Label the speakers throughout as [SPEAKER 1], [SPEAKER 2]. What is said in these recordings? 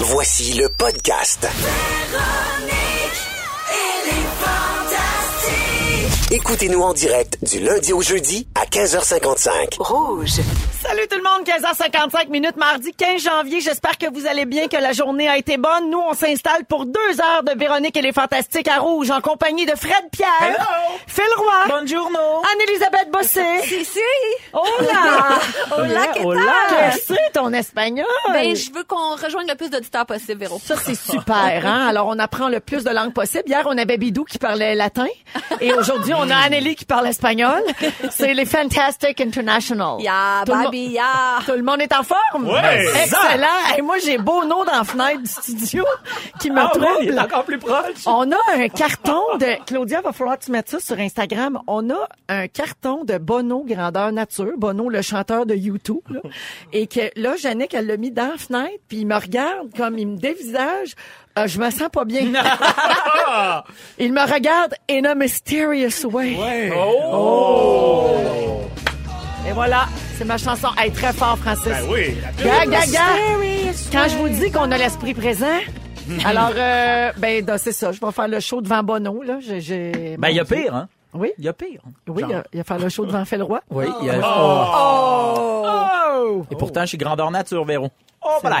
[SPEAKER 1] Voici le podcast. Écoutez-nous en direct du lundi au jeudi à 15h55.
[SPEAKER 2] Rouge.
[SPEAKER 3] Salut tout le monde, 15h55 minutes, mardi 15 janvier. J'espère que vous allez bien, que la journée a été bonne. Nous, on s'installe pour deux heures de Véronique et les Fantastiques à Rouge en compagnie de Fred Pierre,
[SPEAKER 4] Hello.
[SPEAKER 3] Phil Roy,
[SPEAKER 4] Bonjour,
[SPEAKER 3] Anne-Elisabeth Bossé.
[SPEAKER 5] Si, si.
[SPEAKER 3] Oh là!
[SPEAKER 5] Hola, ¿qué
[SPEAKER 4] hola.
[SPEAKER 5] tal?
[SPEAKER 3] Qu'est-ce que c'est ton espagnol?
[SPEAKER 5] Ben, je veux qu'on rejoigne le plus d'auditeurs possible, Véro.
[SPEAKER 3] Ça, c'est super, hein? Alors, on apprend le plus de langues possible. Hier, on avait Bidou qui parlait latin. Et aujourd'hui, on a Anneli qui parle espagnol. C'est les Fantastic International.
[SPEAKER 5] Ya,
[SPEAKER 3] Tout le
[SPEAKER 5] baby, ya.
[SPEAKER 3] Tout le monde est en forme?
[SPEAKER 4] Ah. Ouais.
[SPEAKER 3] Excellent! Et moi, j'ai Bono dans la fenêtre du studio qui me
[SPEAKER 4] Ah ouais, il
[SPEAKER 3] trouble.
[SPEAKER 4] est encore plus proche.
[SPEAKER 3] On a un carton de... Claudia, va falloir que tu mettes ça sur Instagram. On a un carton de Bono Grandeur Nature, Bono le chanteur de YouTube. et que là, Jannick, elle l'a mis dans la fenêtre, puis il me regarde comme il me dévisage. Euh, je me sens pas bien. il me regarde in a mysterious way. Et voilà, c'est ma chanson. Hey, très fort, Francis.
[SPEAKER 4] Ben oui.
[SPEAKER 3] Gars, gars, gars, quand je vous dis qu'on a l'esprit présent,
[SPEAKER 4] Mhm.
[SPEAKER 3] alors, euh, ben, donc, c'est ça. Je vais faire le show devant Bono, là. J'ai, j'ai-
[SPEAKER 6] Ben, il y a pire, hein?
[SPEAKER 3] Oui,
[SPEAKER 6] Il y a pire.
[SPEAKER 3] oui, il y a- il va faire le show devant Felroy.
[SPEAKER 6] Oui, il y a... Oh! Et pourtant, je suis grandeur nature, Véro. Oh, voilà.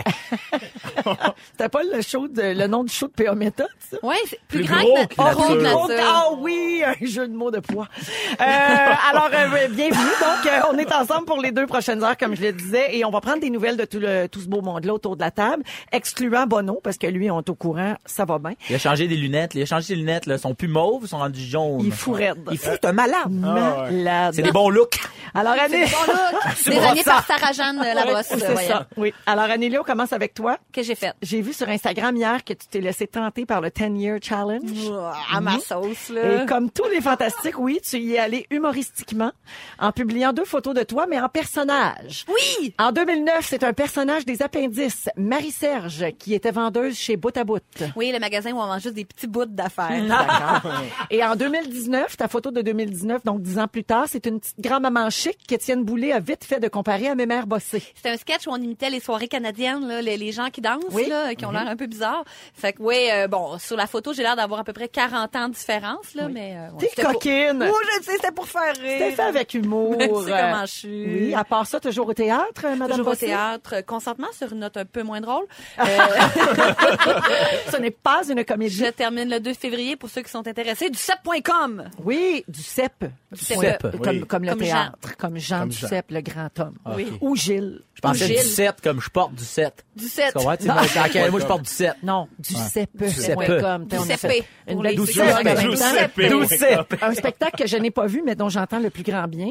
[SPEAKER 3] C'était pas le show de, le nom du show de P.A. Méthode, ça?
[SPEAKER 5] Ouais, c'est plus,
[SPEAKER 4] Plus
[SPEAKER 5] grand
[SPEAKER 4] gros
[SPEAKER 5] que,
[SPEAKER 4] que
[SPEAKER 5] na- plus
[SPEAKER 4] nature.
[SPEAKER 5] grand
[SPEAKER 3] Oh,
[SPEAKER 5] que nature.
[SPEAKER 3] Ah oui, un jeu de mots de poids. Euh, alors, euh, bienvenue. Donc, euh, on est ensemble pour les deux prochaines heures, comme je le disais, et on va prendre des nouvelles de tout, le, tout ce beau monde-là autour de la table, excluant Bono, parce que lui, on est au courant, ça va bien.
[SPEAKER 6] Il a changé des lunettes. Il a changé des lunettes. Là. Ils sont plus mauves, ils sont rendus jaunes.
[SPEAKER 3] Il fout raide.
[SPEAKER 6] Il fout un malade.
[SPEAKER 3] Malade.
[SPEAKER 6] C'est des bons looks.
[SPEAKER 3] Alors, Annie...
[SPEAKER 5] Bon look,
[SPEAKER 6] Tu
[SPEAKER 5] des
[SPEAKER 6] brosses
[SPEAKER 5] années
[SPEAKER 6] ça.
[SPEAKER 5] par Sarah Jeanne euh, la brosse,
[SPEAKER 3] C'est
[SPEAKER 5] euh, voyons,
[SPEAKER 3] ça. Oui. Alors, Anneli, on commence avec toi.
[SPEAKER 5] que j'ai faite.
[SPEAKER 3] J'ai vu sur Instagram hier que tu t'es laissé tenter par le 10-year challenge.
[SPEAKER 5] À ma sauce, là.
[SPEAKER 3] Et comme tous les fantastiques, oui, tu y es allé humoristiquement en publiant deux photos de toi, mais en personnage.
[SPEAKER 5] Oui!
[SPEAKER 3] En 2009, c'est un personnage des appendices, Marie-Serge, qui était vendeuse chez Bout à Bout.
[SPEAKER 5] Oui, le magasin où on mange juste des petits bouts d'affaires.
[SPEAKER 3] Et en 2019, ta photo de 2019, donc dix ans plus tard, c'est une petite grand-maman chic qu'Étienne Boulay a vite fait de comparer à mes mères bossées.
[SPEAKER 5] C'était un sketch où on imitait les soirées canadiennes, là, les, les gens qui dansent,
[SPEAKER 3] Oui.
[SPEAKER 5] là, qui ont l'air un peu bizarres. Fait que, oui, euh, bon, sur la photo, j'ai l'air d'avoir à peu près 40 ans de différence, là, mais... euh, ouais,
[SPEAKER 3] T'es
[SPEAKER 5] c'était pour-
[SPEAKER 3] coquine!
[SPEAKER 5] Oh, je le sais, c'était pour faire rire.
[SPEAKER 3] T'es fait avec humour.
[SPEAKER 5] Même si comment je suis.
[SPEAKER 3] Oui, à part ça, toujours au théâtre, euh, Madame
[SPEAKER 5] Toujours au
[SPEAKER 3] Bossé?
[SPEAKER 5] théâtre, euh, consentement sur une note un peu moins drôle. Euh,
[SPEAKER 3] Ce n'est pas une comédie.
[SPEAKER 5] je termine le 2 février pour ceux qui sont intéressés du 7.com.
[SPEAKER 3] Oui, du CEP. Du E
[SPEAKER 5] CEP.
[SPEAKER 3] point-
[SPEAKER 6] Oui.
[SPEAKER 3] Comme, comme le
[SPEAKER 5] Comme
[SPEAKER 3] théâtre. Comme Jean
[SPEAKER 4] Comme
[SPEAKER 3] du
[SPEAKER 4] Jean. Ah,
[SPEAKER 3] CEP, le grand homme.
[SPEAKER 5] Oui.
[SPEAKER 3] Ou Gilles.
[SPEAKER 6] Je pensais
[SPEAKER 5] Gilles.
[SPEAKER 6] du 7 comme je porte du 7.
[SPEAKER 5] Du 7.
[SPEAKER 6] Tu comprends? Tu sais, moi, dans quel- moi, je porte du 7.
[SPEAKER 3] Non, du CEP.
[SPEAKER 6] CEP.
[SPEAKER 3] Point com.
[SPEAKER 5] Du
[SPEAKER 3] On a
[SPEAKER 5] CEP,
[SPEAKER 3] fait
[SPEAKER 5] pour
[SPEAKER 3] Une
[SPEAKER 5] les
[SPEAKER 3] belle douce
[SPEAKER 5] CEP.
[SPEAKER 3] en même temps.
[SPEAKER 5] Du CEP.
[SPEAKER 4] Du
[SPEAKER 6] CEP.
[SPEAKER 3] Un spectacle que je n'ai pas vu, mais dont j'entends le plus grand bien.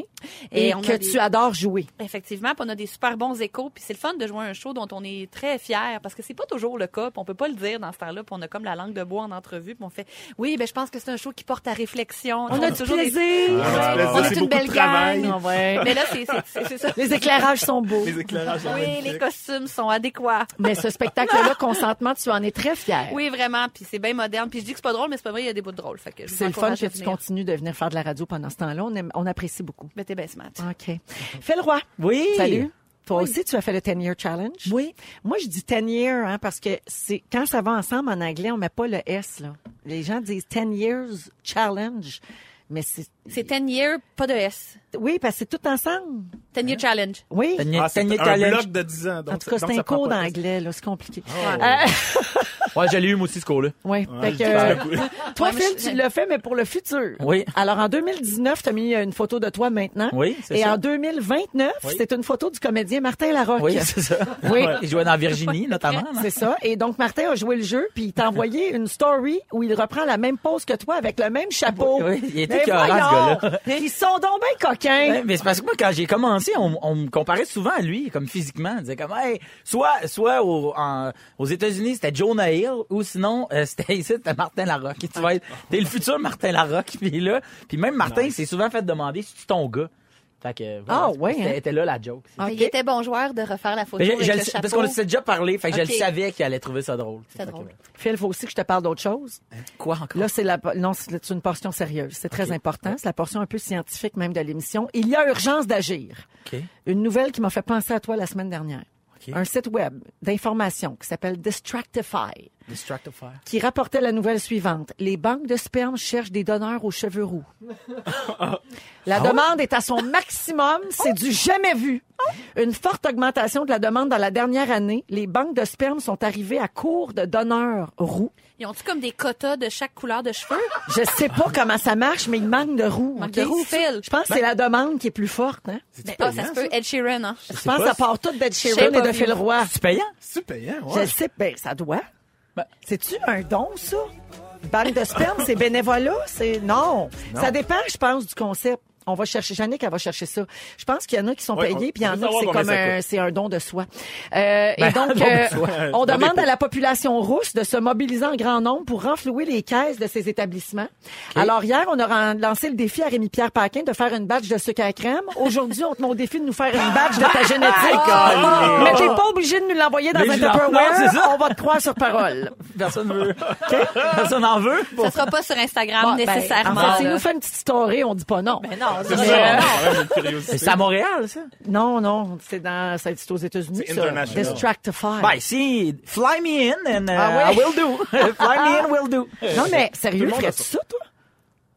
[SPEAKER 3] Et,
[SPEAKER 5] Et on a
[SPEAKER 3] que
[SPEAKER 5] des-
[SPEAKER 3] tu adores jouer.
[SPEAKER 5] Effectivement, puis on a des super bons échos, puis c'est le fun de jouer un show dont on est très fier parce que c'est pas toujours le cas, puis on peut pas le dire dans ce temps-là, puis on a comme la langue de bois en entrevue, puis on fait oui, ben je pense que c'est un show qui porte à réflexion.
[SPEAKER 3] On a du
[SPEAKER 5] toujours des-
[SPEAKER 3] plaisir.
[SPEAKER 4] Ah, ouais, ouais,
[SPEAKER 5] On
[SPEAKER 4] ouais.
[SPEAKER 5] est
[SPEAKER 4] C'est
[SPEAKER 5] une
[SPEAKER 4] beaucoup
[SPEAKER 5] belle
[SPEAKER 4] de travail.
[SPEAKER 5] gang. Mais là, c'est- c'est c'est- c'est ça.
[SPEAKER 3] Les éclairages sont beaux.
[SPEAKER 4] Les éclairages sont
[SPEAKER 5] Oui, les
[SPEAKER 4] magnifiques.
[SPEAKER 5] costumes sont adéquats.
[SPEAKER 3] Mais ce spectacle-là, consentement, tu en es très fière.
[SPEAKER 5] Oui, vraiment. Puis c'est bien moderne. Puis je dis que c'est pas drôle, mais c'est pas vrai, il y a des bouts de drôle. Fait que je vous
[SPEAKER 3] C'est le fun
[SPEAKER 5] encourage
[SPEAKER 3] que
[SPEAKER 5] à
[SPEAKER 3] tu
[SPEAKER 5] venir.
[SPEAKER 3] continues de venir faire de la radio pendant ce temps-là. On, aime- on apprécie beaucoup.
[SPEAKER 5] Mais t'es bien smart.
[SPEAKER 3] OK. Fais le roi.
[SPEAKER 6] Oui.
[SPEAKER 3] Salut. Toi aussi, tu as fait le 10 year challenge. Oui. Moi, je dis 10 year, hein, parce que c'est, quand ça va ensemble en anglais, on met pas le S, là. Les gens disent 10 years challenge. Mais c'est,
[SPEAKER 5] C'est 10 years, pas de S.
[SPEAKER 3] oui, parce que c'est tout ensemble.
[SPEAKER 5] 10 years challenge.
[SPEAKER 3] Oui.
[SPEAKER 6] T'as une-
[SPEAKER 4] Ah,
[SPEAKER 6] t'as une
[SPEAKER 4] c'est un
[SPEAKER 6] challenge.
[SPEAKER 4] bloc de 10 ans. Donc,
[SPEAKER 3] en tout cas,
[SPEAKER 4] donc
[SPEAKER 3] c'est un
[SPEAKER 4] ça prend
[SPEAKER 3] cours
[SPEAKER 4] pas de-
[SPEAKER 3] d'anglais, là. C'est compliqué.
[SPEAKER 6] Ah Ouais, je l'ai eu, moi aussi, ce cours-là.
[SPEAKER 3] Oui. Fait que, euh, toi,
[SPEAKER 5] Ouais, mais
[SPEAKER 3] Phil,
[SPEAKER 5] je-
[SPEAKER 3] tu l'as fait, mais pour le futur.
[SPEAKER 6] Oui.
[SPEAKER 3] Alors, en 2019, tu as mis une photo de toi maintenant.
[SPEAKER 6] Oui, c'est
[SPEAKER 3] Et
[SPEAKER 6] ça.
[SPEAKER 3] en 2029,
[SPEAKER 6] Oui.
[SPEAKER 3] c'est une photo du comédien Martin Larocque.
[SPEAKER 6] Oui, c'est ça.
[SPEAKER 3] Oui.
[SPEAKER 6] Il jouait dans Virginie, notamment. là.
[SPEAKER 3] C'est ça. Et donc, Martin a joué le jeu, puis il t'a envoyé une story où il reprend la même pose que toi avec le même chapeau.
[SPEAKER 6] Oui, oui, il était
[SPEAKER 3] Mais
[SPEAKER 6] écœurant, ce
[SPEAKER 3] voyons!
[SPEAKER 6] gars-là. Ben,
[SPEAKER 3] Ils sont donc bien coquins.
[SPEAKER 6] Ouais, mais c'est parce que moi, quand j'ai commencé, on, on me comparait souvent à lui, comme physiquement. On disait comme, hey, soit, soit au- en- aux États-Unis, c'était Jonah Hill, ou sinon, euh, c'était ici, c'était Martin Larocque. Et Tu vas être, t'es le futur Martin Larocque, puis là. Puis même Martin, il s'est souvent fait demander si tu ton gars. Fait que, voilà,
[SPEAKER 3] Ah, ouais,
[SPEAKER 6] c'était,
[SPEAKER 3] hein?
[SPEAKER 6] était là la joke.
[SPEAKER 3] Ah,
[SPEAKER 5] Mais
[SPEAKER 3] Ok.
[SPEAKER 5] Il était bon joueur de refaire la photo
[SPEAKER 6] Mais je-
[SPEAKER 5] avec
[SPEAKER 6] je
[SPEAKER 5] le
[SPEAKER 6] le sais-
[SPEAKER 5] chapeau.
[SPEAKER 6] parce qu'on s'est déjà parlé, fait que
[SPEAKER 5] Ok.
[SPEAKER 6] je le savais qu'il allait trouver ça drôle.
[SPEAKER 5] C'est
[SPEAKER 6] Fait que,
[SPEAKER 5] drôle.
[SPEAKER 3] Phil, faut aussi que je te parle d'autre chose.
[SPEAKER 6] Quoi encore?
[SPEAKER 3] Là, c'est la, non, c'est une portion sérieuse. C'est très important. C'est la portion un peu scientifique même de l'émission. Il y a urgence d'agir.
[SPEAKER 6] OK.
[SPEAKER 3] Une nouvelle qui m'a fait penser à toi la semaine dernière.
[SPEAKER 6] OK.
[SPEAKER 3] un site web d'information qui s'appelle Distractify,
[SPEAKER 6] Distractify.
[SPEAKER 3] qui rapportait la nouvelle suivante. Les banques de sperme cherchent des donneurs aux cheveux roux. La demande est à son maximum, c'est du jamais vu. Une forte augmentation de la demande dans la dernière année. Les banques de sperme sont arrivées à court de donneurs roux.
[SPEAKER 5] Ils ont-tu comme des quotas de chaque couleur de cheveux?
[SPEAKER 3] Je sais pas comment ça marche, mais il manque de roux.
[SPEAKER 5] Manque
[SPEAKER 3] ok?
[SPEAKER 5] de roux, Phil.
[SPEAKER 3] Je pense que c'est la demande qui est plus forte. Hein?
[SPEAKER 6] C'est-tu
[SPEAKER 5] Ben, ah, ça
[SPEAKER 6] payant,
[SPEAKER 5] se peut. Ed Sheeran, hein?
[SPEAKER 3] Je pense que ça part tout d'Ed
[SPEAKER 5] Je sais
[SPEAKER 3] Sheeran
[SPEAKER 5] pas,
[SPEAKER 3] et de
[SPEAKER 5] vu.
[SPEAKER 3] Phil Roy.
[SPEAKER 6] Ah, C'est payant?
[SPEAKER 4] C'est payant,
[SPEAKER 3] Je
[SPEAKER 4] ouais.
[SPEAKER 3] le sais, ben, ça doit.
[SPEAKER 6] Ben-
[SPEAKER 3] C'est-tu un don, ça? Banque de sperme, c'est bénévolat? C'est... Non. Ça dépend, je pense, du concept. On va chercher, Jannick, elle va chercher ça. Je pense qu'il y en a qui sont
[SPEAKER 4] Ouais,
[SPEAKER 3] payés, puis
[SPEAKER 4] on-
[SPEAKER 3] il y
[SPEAKER 4] je
[SPEAKER 3] en
[SPEAKER 4] veux
[SPEAKER 3] a qui
[SPEAKER 4] savoir
[SPEAKER 3] c'est
[SPEAKER 4] combien
[SPEAKER 3] comme
[SPEAKER 4] ça
[SPEAKER 3] un,
[SPEAKER 4] coûte.
[SPEAKER 3] c'est un don de soi. Euh, et
[SPEAKER 6] Ben,
[SPEAKER 3] donc,
[SPEAKER 6] un don de
[SPEAKER 3] euh,
[SPEAKER 6] soi.
[SPEAKER 3] on
[SPEAKER 4] Dans les
[SPEAKER 3] demande
[SPEAKER 4] pots.
[SPEAKER 3] à la population rousse de se mobiliser en grand nombre pour renflouer les caisses de ces établissements. Alors, hier, on a ren- lancé le défi à Rémi-Pierre Paquin de faire une badge de sucre à crème. Aujourd'hui, on te met au défi de nous faire une badge de ta génétique.
[SPEAKER 5] Ah,
[SPEAKER 4] Ah,
[SPEAKER 6] golly.
[SPEAKER 3] Mais t'es pas obligé de nous l'envoyer dans
[SPEAKER 6] Mais
[SPEAKER 3] un
[SPEAKER 6] je l'en- non, c'est ça.
[SPEAKER 3] Tupperware. On va te croire sur parole.
[SPEAKER 6] Personne veut. Personne en veut.
[SPEAKER 5] Ça sera pas sur Instagram,
[SPEAKER 3] Bon, ben,
[SPEAKER 5] nécessairement.
[SPEAKER 3] en fait, s'il
[SPEAKER 5] là.
[SPEAKER 3] nous fait une petite story, on dit pas non.
[SPEAKER 5] Ben non,
[SPEAKER 4] C'est
[SPEAKER 5] non,
[SPEAKER 4] ça,
[SPEAKER 5] non.
[SPEAKER 4] on a même une curiosité.
[SPEAKER 6] C'est à Montréal, ça?
[SPEAKER 3] Non, non, c'est dans, c'est c'est aux États-Unis,
[SPEAKER 4] C'est
[SPEAKER 3] ça.
[SPEAKER 4] international.
[SPEAKER 3] Distractify.
[SPEAKER 6] Ben, si. Fly me in and uh,
[SPEAKER 3] Ah oui?
[SPEAKER 6] I will do. Fly me in, will do.
[SPEAKER 3] Non, mais
[SPEAKER 4] Tout
[SPEAKER 3] sérieux,
[SPEAKER 4] le monde a
[SPEAKER 3] ferais-tu ça, toi?
[SPEAKER 6] Euh,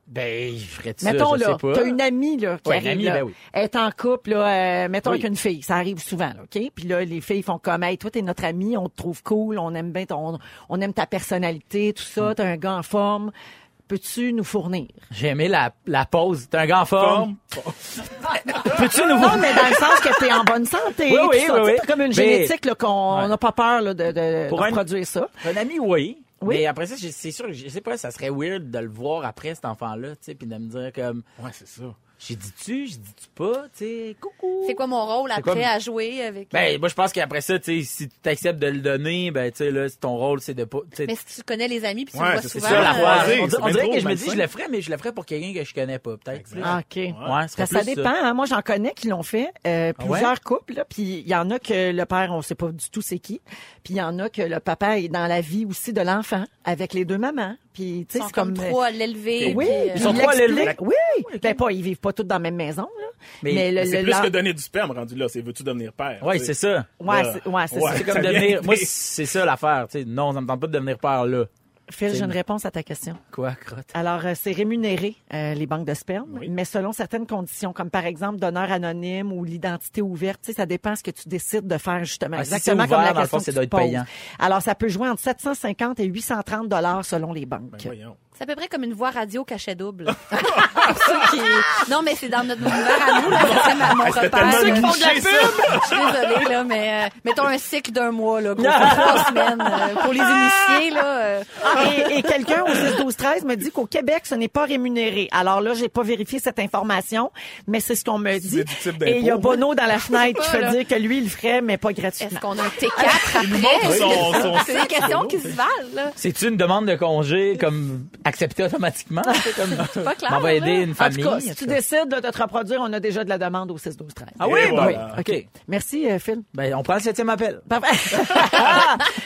[SPEAKER 6] Ben, je ferais ça.
[SPEAKER 3] Mettons,
[SPEAKER 6] je
[SPEAKER 3] là,
[SPEAKER 6] sais pas.
[SPEAKER 3] t'as une amie, là, qui
[SPEAKER 6] Ouais, une
[SPEAKER 3] arrive,
[SPEAKER 6] amie,
[SPEAKER 3] là,
[SPEAKER 6] ben oui.
[SPEAKER 3] elle est en couple, là, euh, mettons,
[SPEAKER 6] Oui.
[SPEAKER 3] avec une fille. Ça arrive souvent, là, OK? Puis là, les filles font comme, hey, toi, t'es notre amie, on te trouve cool, on aime bien ton, on aime ta personnalité, tout
[SPEAKER 6] Mm.
[SPEAKER 3] ça, t'es un gars en forme. Peux-tu nous fournir?
[SPEAKER 6] J'ai aimé la, la pause. T'es un gars en forme. Peux-tu nous
[SPEAKER 3] Non, mais dans le sens que t'es en bonne santé.
[SPEAKER 6] Oui,
[SPEAKER 3] tout
[SPEAKER 6] oui, oui,
[SPEAKER 3] ça. Tu sais,
[SPEAKER 6] oui.
[SPEAKER 3] T'as comme une
[SPEAKER 6] Mais-
[SPEAKER 3] génétique là, qu'on
[SPEAKER 6] Ouais.
[SPEAKER 3] n'a pas peur là, de, de,
[SPEAKER 6] Pour
[SPEAKER 3] de
[SPEAKER 6] un-
[SPEAKER 3] reproduire ça.
[SPEAKER 6] Un ami, oui.
[SPEAKER 3] Oui.
[SPEAKER 6] Mais après ça, j'ai- c'est sûr, je sais pas, ça serait weird de le voir après, cet enfant-là, tu sais, puis de me dire comme,
[SPEAKER 4] Ouais, c'est ça.
[SPEAKER 6] j'ai dit-tu, j'ai dit-tu pas, tu sais, coucou.
[SPEAKER 5] C'est quoi mon rôle
[SPEAKER 6] C'est quoi
[SPEAKER 5] après
[SPEAKER 6] mon-
[SPEAKER 5] à jouer avec.
[SPEAKER 6] Ben, moi, je pense qu'après ça, tu sais, si tu acceptes de le donner, ben, tu sais, là, c'est ton rôle, c'est de pas, tu sais,
[SPEAKER 5] Mais si tu connais les amis puis tu
[SPEAKER 4] Ouais,
[SPEAKER 5] le vois
[SPEAKER 4] c'est
[SPEAKER 5] souvent.
[SPEAKER 4] ça, la
[SPEAKER 5] euh,
[SPEAKER 4] phrase.
[SPEAKER 6] on,
[SPEAKER 4] c'est
[SPEAKER 6] dirait- on
[SPEAKER 4] bien
[SPEAKER 6] dirait
[SPEAKER 4] trop,
[SPEAKER 6] que je me
[SPEAKER 4] ben
[SPEAKER 6] dis,
[SPEAKER 4] ça.
[SPEAKER 6] je le ferais, mais je le ferais pour quelqu'un que je connais pas, peut-être. tu sais.
[SPEAKER 3] Ah, OK.
[SPEAKER 6] Ouais, ce serait
[SPEAKER 3] Ça, ça
[SPEAKER 6] plus
[SPEAKER 3] dépend. hein. Moi, j'en connais qui l'ont fait. euh,
[SPEAKER 6] Ah ouais?
[SPEAKER 3] plusieurs couples. là, Puis il y en a que le père, on sait pas du tout c'est qui. Puis il y en a que le papa est dans la vie aussi de l'enfant avec les deux mamans. Puis tu
[SPEAKER 5] Ils
[SPEAKER 3] sais,
[SPEAKER 5] sont
[SPEAKER 3] c'est comme. euh,
[SPEAKER 5] comme trois à l'élever.
[SPEAKER 3] Oui,
[SPEAKER 5] puis, euh,
[SPEAKER 3] puis
[SPEAKER 6] sont
[SPEAKER 3] il
[SPEAKER 6] trois à
[SPEAKER 3] l'explique.
[SPEAKER 6] l'élever.
[SPEAKER 3] Oui, ben pas, ils vivent pas tous dans la même maison. Là.
[SPEAKER 6] Mais-
[SPEAKER 3] Mais, le,
[SPEAKER 4] C'est
[SPEAKER 3] le-
[SPEAKER 4] plus
[SPEAKER 3] la-
[SPEAKER 4] que donner du sperme rendu là. C'est veux-tu devenir père?
[SPEAKER 6] Ouais,
[SPEAKER 4] tu sais.
[SPEAKER 6] c'est ça.
[SPEAKER 3] Ouais, c'est ouais, c'est
[SPEAKER 4] Ouais.
[SPEAKER 3] ça.
[SPEAKER 6] C'est comme
[SPEAKER 4] Ça vient
[SPEAKER 6] devenir,
[SPEAKER 4] aider.
[SPEAKER 6] moi, c'est ça l'affaire, tu sais. Non, ça me tente pas de devenir père, là.
[SPEAKER 3] Phil, j'ai une réponse à ta question.
[SPEAKER 6] Quoi, crotte?
[SPEAKER 3] Alors, euh, c'est rémunéré, euh, les banques de sperme,
[SPEAKER 4] Oui.
[SPEAKER 3] mais selon certaines conditions, comme par exemple donneur anonyme ou l'identité ouverte, tu sais, ça dépend ce que tu décides de faire justement.
[SPEAKER 6] Ah, si c'est
[SPEAKER 3] Exactement
[SPEAKER 6] ouvert,
[SPEAKER 3] comme la
[SPEAKER 6] dans le
[SPEAKER 3] question
[SPEAKER 6] fond, ça
[SPEAKER 3] que
[SPEAKER 6] doit
[SPEAKER 3] tu
[SPEAKER 6] être
[SPEAKER 3] poses.
[SPEAKER 6] payant.
[SPEAKER 3] Alors, ça peut jouer entre 750 et 830 dollars selon les banques.
[SPEAKER 4] Ben, voyons.
[SPEAKER 5] C'est à peu près comme une voix radio cachet double. Pour ceux qui- Non, mais c'est dans notre univers à nous, là. C'est ma- mon repère.
[SPEAKER 4] tellement
[SPEAKER 6] Ah,
[SPEAKER 5] là.
[SPEAKER 4] niché,
[SPEAKER 5] Je suis désolée, là, mais euh, mettons un cycle d'un mois, là, gros, trois semaines. euh, pour les initiés, là. euh,
[SPEAKER 3] Et, et quelqu'un au 6 12 13 me dit qu'au Québec, ce n'est pas rémunéré. Alors là, j'ai pas vérifié cette information, mais c'est ce qu'on me dit.
[SPEAKER 4] déductible d'impôt,
[SPEAKER 3] Et il y a
[SPEAKER 4] oui.
[SPEAKER 3] Bono dans la fenêtre qui
[SPEAKER 5] pas,
[SPEAKER 3] fait
[SPEAKER 5] là.
[SPEAKER 3] dire que lui, il le ferait, mais pas
[SPEAKER 5] Est-ce
[SPEAKER 3] gratuitement.
[SPEAKER 5] qu'on a un T4 après?
[SPEAKER 4] son- son
[SPEAKER 5] C'est des questions qui se valent, là.
[SPEAKER 6] C'est-tu une demande de congé, comme, acceptée automatiquement? C'est comme,
[SPEAKER 5] pas clair,
[SPEAKER 6] On va
[SPEAKER 5] là.
[SPEAKER 6] aider une
[SPEAKER 3] En
[SPEAKER 6] famille.
[SPEAKER 3] tout cas, si tu
[SPEAKER 6] en tout cas.
[SPEAKER 3] décides là, de te reproduire, on a déjà de la demande au 6 12 13
[SPEAKER 6] Ah oui,
[SPEAKER 4] Et
[SPEAKER 6] ben
[SPEAKER 4] voilà.
[SPEAKER 6] oui, OK.
[SPEAKER 3] Merci, euh, Phil.
[SPEAKER 6] Ben, on prend le septième appel.
[SPEAKER 3] Parfait.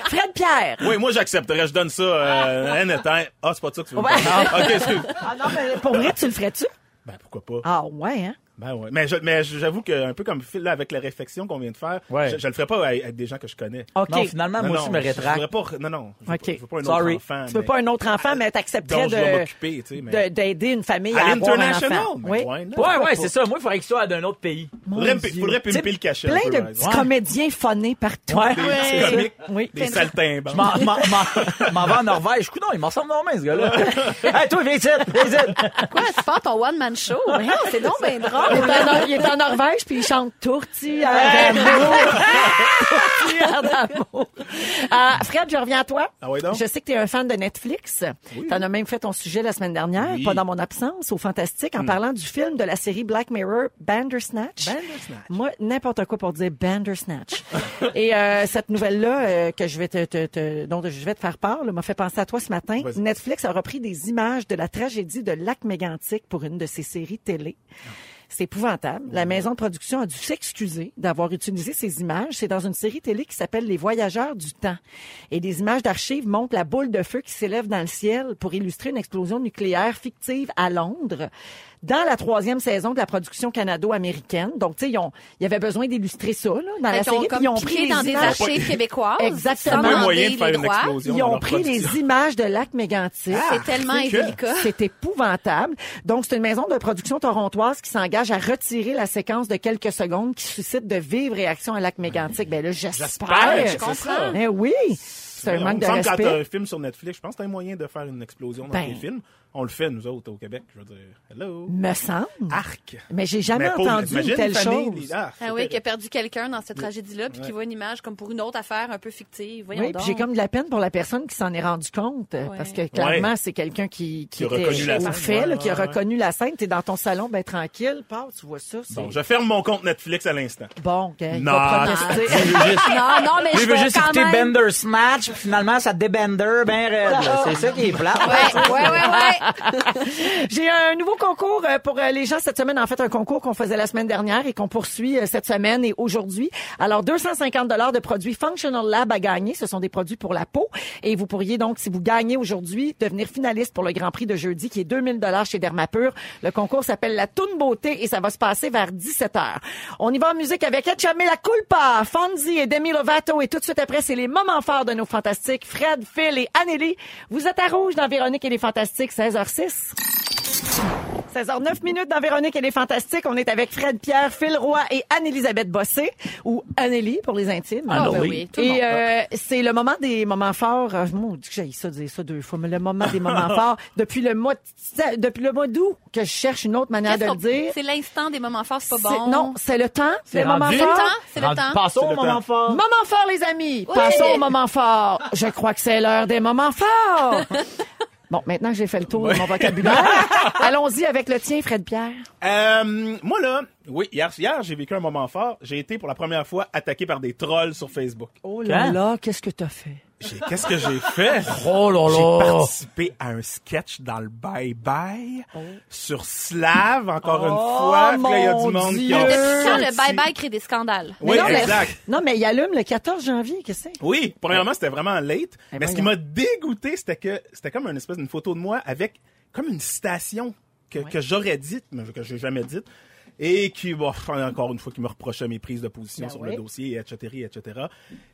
[SPEAKER 3] Fred Pierre.
[SPEAKER 4] Oui, moi, j'accepterais. Je donne ça euh, anytime. Ah, c'est pas ça que tu veux me
[SPEAKER 3] Ouais.
[SPEAKER 4] parler. Ah, OK, excuse.
[SPEAKER 3] Ah non, mais pour vrai, tu le ferais-tu?
[SPEAKER 4] Ben, pourquoi pas?
[SPEAKER 3] Ah ouais, hein?
[SPEAKER 4] Ben ouais. Mais je- mais j'avoue que un peu comme Phil, là, avec la réflexion qu'on vient de faire,
[SPEAKER 6] Ouais.
[SPEAKER 4] je, je le ferais pas avec, avec des gens que je connais.
[SPEAKER 3] OK.
[SPEAKER 6] Non, finalement,
[SPEAKER 4] Non,
[SPEAKER 6] moi
[SPEAKER 4] non,
[SPEAKER 6] aussi, je me rétracte.
[SPEAKER 4] voudrais pas, non, non. Je veux,
[SPEAKER 3] OK.
[SPEAKER 4] pas, je veux pas un
[SPEAKER 6] Sorry.
[SPEAKER 4] autre enfant.
[SPEAKER 3] tu veux
[SPEAKER 4] mais-
[SPEAKER 3] pas un autre enfant, mais t'accepterais
[SPEAKER 4] dont je vais
[SPEAKER 3] de,
[SPEAKER 4] m'occuper, tu sais, mais-
[SPEAKER 3] de- d'aider une famille à,
[SPEAKER 4] À
[SPEAKER 3] avoir un
[SPEAKER 4] l'international,
[SPEAKER 3] enfant.
[SPEAKER 4] mais
[SPEAKER 3] Oui.
[SPEAKER 4] why not?
[SPEAKER 6] Ouais, ouais, c'est ça. Moi, il faudrait que ce soit d'un autre pays.
[SPEAKER 4] Faudrait, me-
[SPEAKER 3] Dieu.
[SPEAKER 4] faudrait
[SPEAKER 3] Tu
[SPEAKER 4] pimper
[SPEAKER 3] sais,
[SPEAKER 4] le cachet. un
[SPEAKER 3] Plein
[SPEAKER 4] peu,
[SPEAKER 3] de
[SPEAKER 4] par
[SPEAKER 3] petits
[SPEAKER 4] exemple.
[SPEAKER 3] comédiens phonés partout.
[SPEAKER 6] Ouais.
[SPEAKER 4] Des petits
[SPEAKER 5] Ouais.
[SPEAKER 4] comiques,
[SPEAKER 3] Oui.
[SPEAKER 4] des saltimbans.
[SPEAKER 6] M'en m'en- m'en- m'en vais en Norvège. Coudon, il m'en ressemble normalement, ce gars-là. hey, toi, viens ici, viens ici.
[SPEAKER 5] Quoi, tu pars ton one-man show? Voyons, C'est donc bien
[SPEAKER 3] Il est,
[SPEAKER 5] drôle.
[SPEAKER 3] en, Nor- il est en Norvège puis il chante Tourtière d'amour. Tourtière d'amour. Euh, Fred, je reviens à toi.
[SPEAKER 4] Ah ouais donc?
[SPEAKER 3] Je sais que tu es un fan de Netflix. T'en as même fait ton sujet la semaine dernière,
[SPEAKER 4] Oui. Hmm.
[SPEAKER 3] pas dans mon absence, au Fantastique, en parlant du film de la série Black Mirror, Bandersnatch.
[SPEAKER 4] Bandersnatch.
[SPEAKER 3] Moi, n'importe quoi pour dire Bandersnatch. Et euh, cette nouvelle-là euh, que je vais te, te- te- dont je vais te faire part, là, m'a fait penser à toi ce matin.
[SPEAKER 4] Vas-y.
[SPEAKER 3] Netflix a repris des images de la tragédie de Lac Mégantic pour une de ses séries télé. C'est épouvantable. La maison de production a dû s'excuser d'avoir utilisé ces images. C'est dans une série télé qui s'appelle Les Voyageurs du temps. Et des images d'archives montrent la boule de feu qui s'élève dans le ciel pour illustrer une explosion nucléaire fictive à Londres. dans la troisième saison de la production canado-américaine. Donc, tu sais, ils ont- il y avait besoin d'illustrer ça, là, dans la
[SPEAKER 5] Fait qu'ils ont
[SPEAKER 3] série. puis
[SPEAKER 5] comme
[SPEAKER 3] Ils ont
[SPEAKER 5] piqué
[SPEAKER 3] pris
[SPEAKER 5] dans
[SPEAKER 3] les
[SPEAKER 5] des
[SPEAKER 3] images.
[SPEAKER 5] archives québécoises.
[SPEAKER 3] Exactement.
[SPEAKER 5] sans
[SPEAKER 3] Pas
[SPEAKER 4] moyen de
[SPEAKER 5] demander
[SPEAKER 4] faire
[SPEAKER 5] les
[SPEAKER 4] une
[SPEAKER 5] droits.
[SPEAKER 4] explosion.
[SPEAKER 3] Ils
[SPEAKER 4] dans
[SPEAKER 3] ont
[SPEAKER 4] leur
[SPEAKER 3] pris
[SPEAKER 4] production.
[SPEAKER 3] les images de lac mégantic.
[SPEAKER 5] C'est tellement
[SPEAKER 4] c'est que-
[SPEAKER 5] indélicat.
[SPEAKER 3] C'est épouvantable. Donc, c'est une maison de production torontoise qui s'engage à retirer la séquence de quelques secondes qui suscite de vives réactions à Lac Mégantic. Ben là,
[SPEAKER 4] J'espère,
[SPEAKER 3] j'espère.
[SPEAKER 4] je
[SPEAKER 5] comprends.
[SPEAKER 3] Ben oui, c'est un
[SPEAKER 4] Mais Ben, on
[SPEAKER 3] manque
[SPEAKER 4] me
[SPEAKER 3] de
[SPEAKER 4] semble quand t'as
[SPEAKER 3] respect.
[SPEAKER 4] un film sur Netflix, je pense que t'as un moyen de faire une explosion dans
[SPEAKER 3] Ben.
[SPEAKER 4] tes films. On le fait, nous autres, au Québec. Je veux dire, hello.
[SPEAKER 3] Me semble.
[SPEAKER 4] Arc.
[SPEAKER 3] Mais j'ai jamais
[SPEAKER 4] Mais pauvre,
[SPEAKER 3] entendu
[SPEAKER 4] imagine
[SPEAKER 3] une telle
[SPEAKER 4] une famille,
[SPEAKER 3] chose.
[SPEAKER 4] les- ah, c'est
[SPEAKER 5] Ah oui,
[SPEAKER 4] terrible.
[SPEAKER 5] qui a perdu quelqu'un dans cette tragédie-là, puis qui voit une image comme pour une autre affaire un peu fictive. Voyons
[SPEAKER 3] Oui, puis
[SPEAKER 5] donc.
[SPEAKER 3] j'ai comme de la peine pour la personne qui s'en est rendue compte, euh,
[SPEAKER 5] Ouais.
[SPEAKER 3] parce que clairement,
[SPEAKER 4] Ouais.
[SPEAKER 3] c'est quelqu'un qui,
[SPEAKER 4] Qui a
[SPEAKER 3] était
[SPEAKER 4] reconnu la
[SPEAKER 3] au
[SPEAKER 4] scène,
[SPEAKER 3] fait,
[SPEAKER 4] ouais,
[SPEAKER 3] là, qui a
[SPEAKER 4] ouais, ouais.
[SPEAKER 3] reconnu la scène. T'es dans ton salon, ben tranquille, passe, tu vois ça. c'est
[SPEAKER 4] Bon, je ferme mon compte Netflix à l'instant.
[SPEAKER 3] Bon, gars, il
[SPEAKER 4] Non,
[SPEAKER 3] va
[SPEAKER 4] tu-
[SPEAKER 3] protester.
[SPEAKER 5] Non, non, mais
[SPEAKER 6] Lui
[SPEAKER 5] je
[SPEAKER 6] veut
[SPEAKER 5] vais
[SPEAKER 6] juste
[SPEAKER 5] quand
[SPEAKER 6] écouter
[SPEAKER 5] même...
[SPEAKER 6] Bender Smash, puis finalement, ça débender ben raide. là. C'est ça qui est plat.
[SPEAKER 4] Ben.
[SPEAKER 5] Ouais, ouais, ouais,
[SPEAKER 4] Ah,
[SPEAKER 5] ouais. Ah,
[SPEAKER 3] J'ai un nouveau concours euh, pour euh, les gens cette semaine. En fait, un concours qu'on faisait la semaine dernière et qu'on poursuit euh, cette semaine et aujourd'hui. Alors, 250 dollars de produits Functional Lab à gagner. Ce sont des produits pour la peau. Et vous pourriez donc, si vous gagnez aujourd'hui, devenir finaliste pour le Grand Prix de jeudi qui est 2000 dollars chez Dermapur. Le concours s'appelle La Toune Beauté et ça va se passer vers 17 h On y va en musique avec Echame La Culpa, Fonzie et Demi Lovato. Et tout de suite après, c'est les moments forts de nos fantastiques Fred, Phil et Anneli. Vous êtes à Rouge dans Véronique et les Fantastiques, 16h06. 16h09 minutes dans Véronique et les Fantastiques. On est avec Fred Pierre, Phil Roy et Anne-Elisabeth Bossé, ou Anneli pour les intimes.
[SPEAKER 5] Ah, ben oui, tout le monde.
[SPEAKER 3] Et euh, c'est le moment des moments forts. Euh, mon Dieu, que j'ai ça dire ça deux fois, mais le moment des moments forts depuis le mois de- depuis le mois d'août que je cherche une autre manière
[SPEAKER 5] Qu'est-ce
[SPEAKER 3] de le
[SPEAKER 5] qu'on-
[SPEAKER 3] dire.
[SPEAKER 5] C'est l'instant des moments forts, c'est pas
[SPEAKER 3] C'est-
[SPEAKER 5] bon.
[SPEAKER 3] Non, c'est le temps,
[SPEAKER 6] C'est
[SPEAKER 3] le moment
[SPEAKER 6] rendu.
[SPEAKER 5] C'est le
[SPEAKER 3] fort.
[SPEAKER 5] temps, Ah, c'est le temps.
[SPEAKER 6] Passons
[SPEAKER 4] C'est
[SPEAKER 6] au
[SPEAKER 4] le
[SPEAKER 6] moment
[SPEAKER 4] temps.
[SPEAKER 6] fort.
[SPEAKER 3] Moment fort, les amis. Passons au moment fort. Je crois que c'est l'heure des moments forts. bon, maintenant que j'ai fait le tour de mon vocabulaire, allons-y avec le tien, Fred Pierre.
[SPEAKER 4] Euh, moi, là, oui, hier, hier j'ai vécu un moment fort. J'ai été pour la première fois attaqué par des trolls sur Facebook.
[SPEAKER 3] Oh
[SPEAKER 6] là Quand?
[SPEAKER 3] là, qu'est-ce que t'as fait?
[SPEAKER 4] J'ai- Qu'est-ce que j'ai fait?
[SPEAKER 6] Oh là
[SPEAKER 4] J'ai
[SPEAKER 6] là.
[SPEAKER 4] participé à un sketch dans le Bye Bye
[SPEAKER 3] Oh.
[SPEAKER 4] sur Slav, encore une fois. Puis là, il y a
[SPEAKER 3] mon
[SPEAKER 4] du monde qui
[SPEAKER 3] Dieu.
[SPEAKER 4] ont
[SPEAKER 5] Depuis quand le
[SPEAKER 4] sorti-
[SPEAKER 5] bye-bye crée des scandales?
[SPEAKER 4] Oui,
[SPEAKER 3] non, mais-
[SPEAKER 4] exact.
[SPEAKER 3] non, mais il allume le 14 janvier, qu'est-ce que c'est?
[SPEAKER 4] Oui, premièrement, c'était vraiment late.
[SPEAKER 3] Eh
[SPEAKER 4] mais ce qui
[SPEAKER 3] voyons.
[SPEAKER 4] m'a dégoûté, c'était que c'était comme une espèce d'une photo de moi avec comme une citation que, que j'aurais dite, mais que j'ai jamais dite. Et qui, bon, pff, encore une fois, qui me reprochait mes prises de position
[SPEAKER 3] Ben
[SPEAKER 4] sur
[SPEAKER 3] oui.
[SPEAKER 4] le dossier, etc., etc.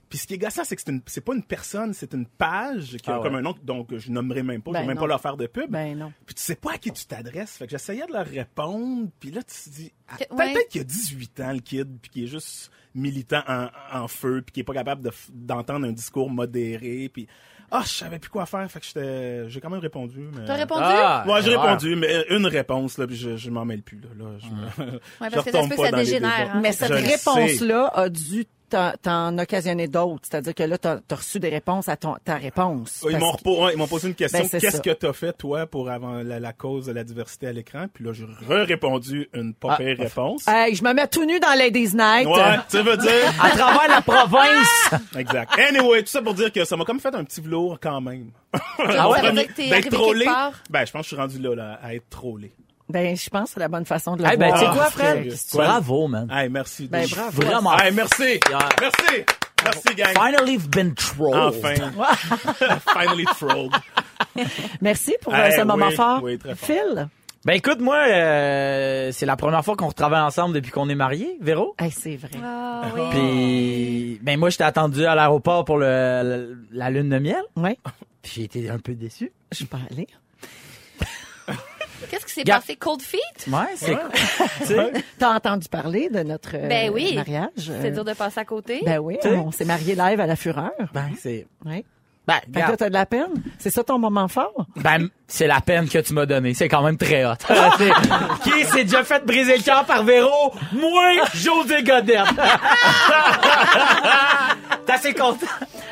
[SPEAKER 4] Puis ce qui est gassant, c'est que c'est une- c'est pas une personne, c'est une page qui
[SPEAKER 6] Ah
[SPEAKER 4] a
[SPEAKER 6] ouais.
[SPEAKER 4] comme un nom, donc je nommerai même pas,
[SPEAKER 3] Ben
[SPEAKER 4] je vais même
[SPEAKER 3] non.
[SPEAKER 4] pas leur faire de pub.
[SPEAKER 3] Ben non.
[SPEAKER 4] Puis tu sais pas à qui tu t'adresses. Fait que j'essayais de leur répondre, puis là, tu te dis... ah,
[SPEAKER 5] Que-
[SPEAKER 4] peut-
[SPEAKER 5] ouais.
[SPEAKER 4] Peut-être qu'il a 18 ans, le kid, puis qui est juste militant en, en feu, puis qui est pas capable de f- d'entendre un discours modéré, puis... Ah, je savais plus quoi faire, fait que j'étais- j'ai quand même répondu, mais...
[SPEAKER 5] T'as répondu?
[SPEAKER 4] Ouais, j'ai
[SPEAKER 3] Ah,
[SPEAKER 6] ouais.
[SPEAKER 4] répondu, mais une réponse, là, puis je, je m'en mêle plus, là. là je me-
[SPEAKER 5] Ouais,
[SPEAKER 4] je
[SPEAKER 5] parce que ça se
[SPEAKER 4] retombe
[SPEAKER 5] peut que
[SPEAKER 4] pas
[SPEAKER 5] ça
[SPEAKER 4] dans les
[SPEAKER 5] dégénère,
[SPEAKER 4] débats.
[SPEAKER 5] hein.
[SPEAKER 3] Mais cette
[SPEAKER 4] Je le sais.
[SPEAKER 3] réponse-là a dû t'en- t'en occasionner d'autres. C'est-à-dire que là, t'as as reçu des réponses à ton, ta réponse.
[SPEAKER 4] Ils
[SPEAKER 3] Parce
[SPEAKER 4] m'ont,
[SPEAKER 3] que-
[SPEAKER 4] repo- ouais, ils m'ont posé une question.
[SPEAKER 3] Ben, c'est
[SPEAKER 4] Qu'est-ce
[SPEAKER 3] ça.
[SPEAKER 4] que t'as fait, toi, pour avant la, la cause de la diversité à l'écran? Puis là, j'ai répondu une pas
[SPEAKER 6] Ah.
[SPEAKER 4] pire réponse.
[SPEAKER 3] Hey, je me mets tout nu dans Ladies Night.
[SPEAKER 4] Ouais, tu veux dire?
[SPEAKER 6] À travers la
[SPEAKER 5] Ah!
[SPEAKER 6] province.
[SPEAKER 4] Exact. Anyway, tout ça pour dire que ça m'a comme fait un petit velours quand même.
[SPEAKER 5] Ah
[SPEAKER 6] ouais?
[SPEAKER 5] Ça veut dire que t'es
[SPEAKER 4] D'être
[SPEAKER 5] arrivé quelque
[SPEAKER 4] trollé.
[SPEAKER 5] part?
[SPEAKER 4] Ben, je pense que je suis rendu là, là à être trollé.
[SPEAKER 3] Ben, je pense que c'est la bonne façon de le
[SPEAKER 6] Eh ben,
[SPEAKER 3] voir.
[SPEAKER 6] tu sais quoi,
[SPEAKER 4] Ah,
[SPEAKER 6] Fred?
[SPEAKER 4] sérieux. Quoi?
[SPEAKER 6] Bravo, man.
[SPEAKER 4] Hey, merci.
[SPEAKER 3] Ben,
[SPEAKER 4] Je-
[SPEAKER 3] bravo.
[SPEAKER 6] Vraiment.
[SPEAKER 4] Hey, merci.
[SPEAKER 6] Yeah.
[SPEAKER 4] Merci. Merci, gang.
[SPEAKER 6] Finally, you've been trolled.
[SPEAKER 4] Enfin. Finally trolled.
[SPEAKER 3] Merci pour euh,
[SPEAKER 4] Hey,
[SPEAKER 3] ce
[SPEAKER 4] oui,
[SPEAKER 3] moment fort.
[SPEAKER 4] oui, très fort.
[SPEAKER 3] Phil,
[SPEAKER 6] Ben écoute, moi, euh, c'est la première fois qu'on retravaille ensemble depuis qu'on est mariés, Véro.
[SPEAKER 3] hey, c'est vrai.
[SPEAKER 5] Ah oui.
[SPEAKER 6] Puis, ben moi, j'étais attendu à l'aéroport pour le, la, la lune de miel.
[SPEAKER 3] Ouais,
[SPEAKER 6] Puis j'ai été un peu déçu.
[SPEAKER 3] je suis pas allée.
[SPEAKER 5] Qu'est-ce qui s'est
[SPEAKER 6] Gap.
[SPEAKER 5] passé? Cold feet?
[SPEAKER 6] Ouais, c'est cool. Tu sais,
[SPEAKER 3] T'as entendu parler de notre euh,
[SPEAKER 5] Ben oui.
[SPEAKER 3] mariage?
[SPEAKER 5] C'est
[SPEAKER 3] euh,
[SPEAKER 5] dur de passer à côté.
[SPEAKER 3] Ben oui,
[SPEAKER 6] Tu sais.
[SPEAKER 3] on s'est mariés live à la fureur.
[SPEAKER 6] Ben, c'est...
[SPEAKER 3] Ouais.
[SPEAKER 6] Ben,
[SPEAKER 3] Fait que là,
[SPEAKER 6] regarde.
[SPEAKER 3] t'as de la peine. C'est ça ton moment fort?
[SPEAKER 6] Ben, c'est la peine que tu m'as donnée. C'est quand même très hot. C'est- Qui s'est déjà fait briser le cœur par Véro? Moi, José Godette. T'as assez content?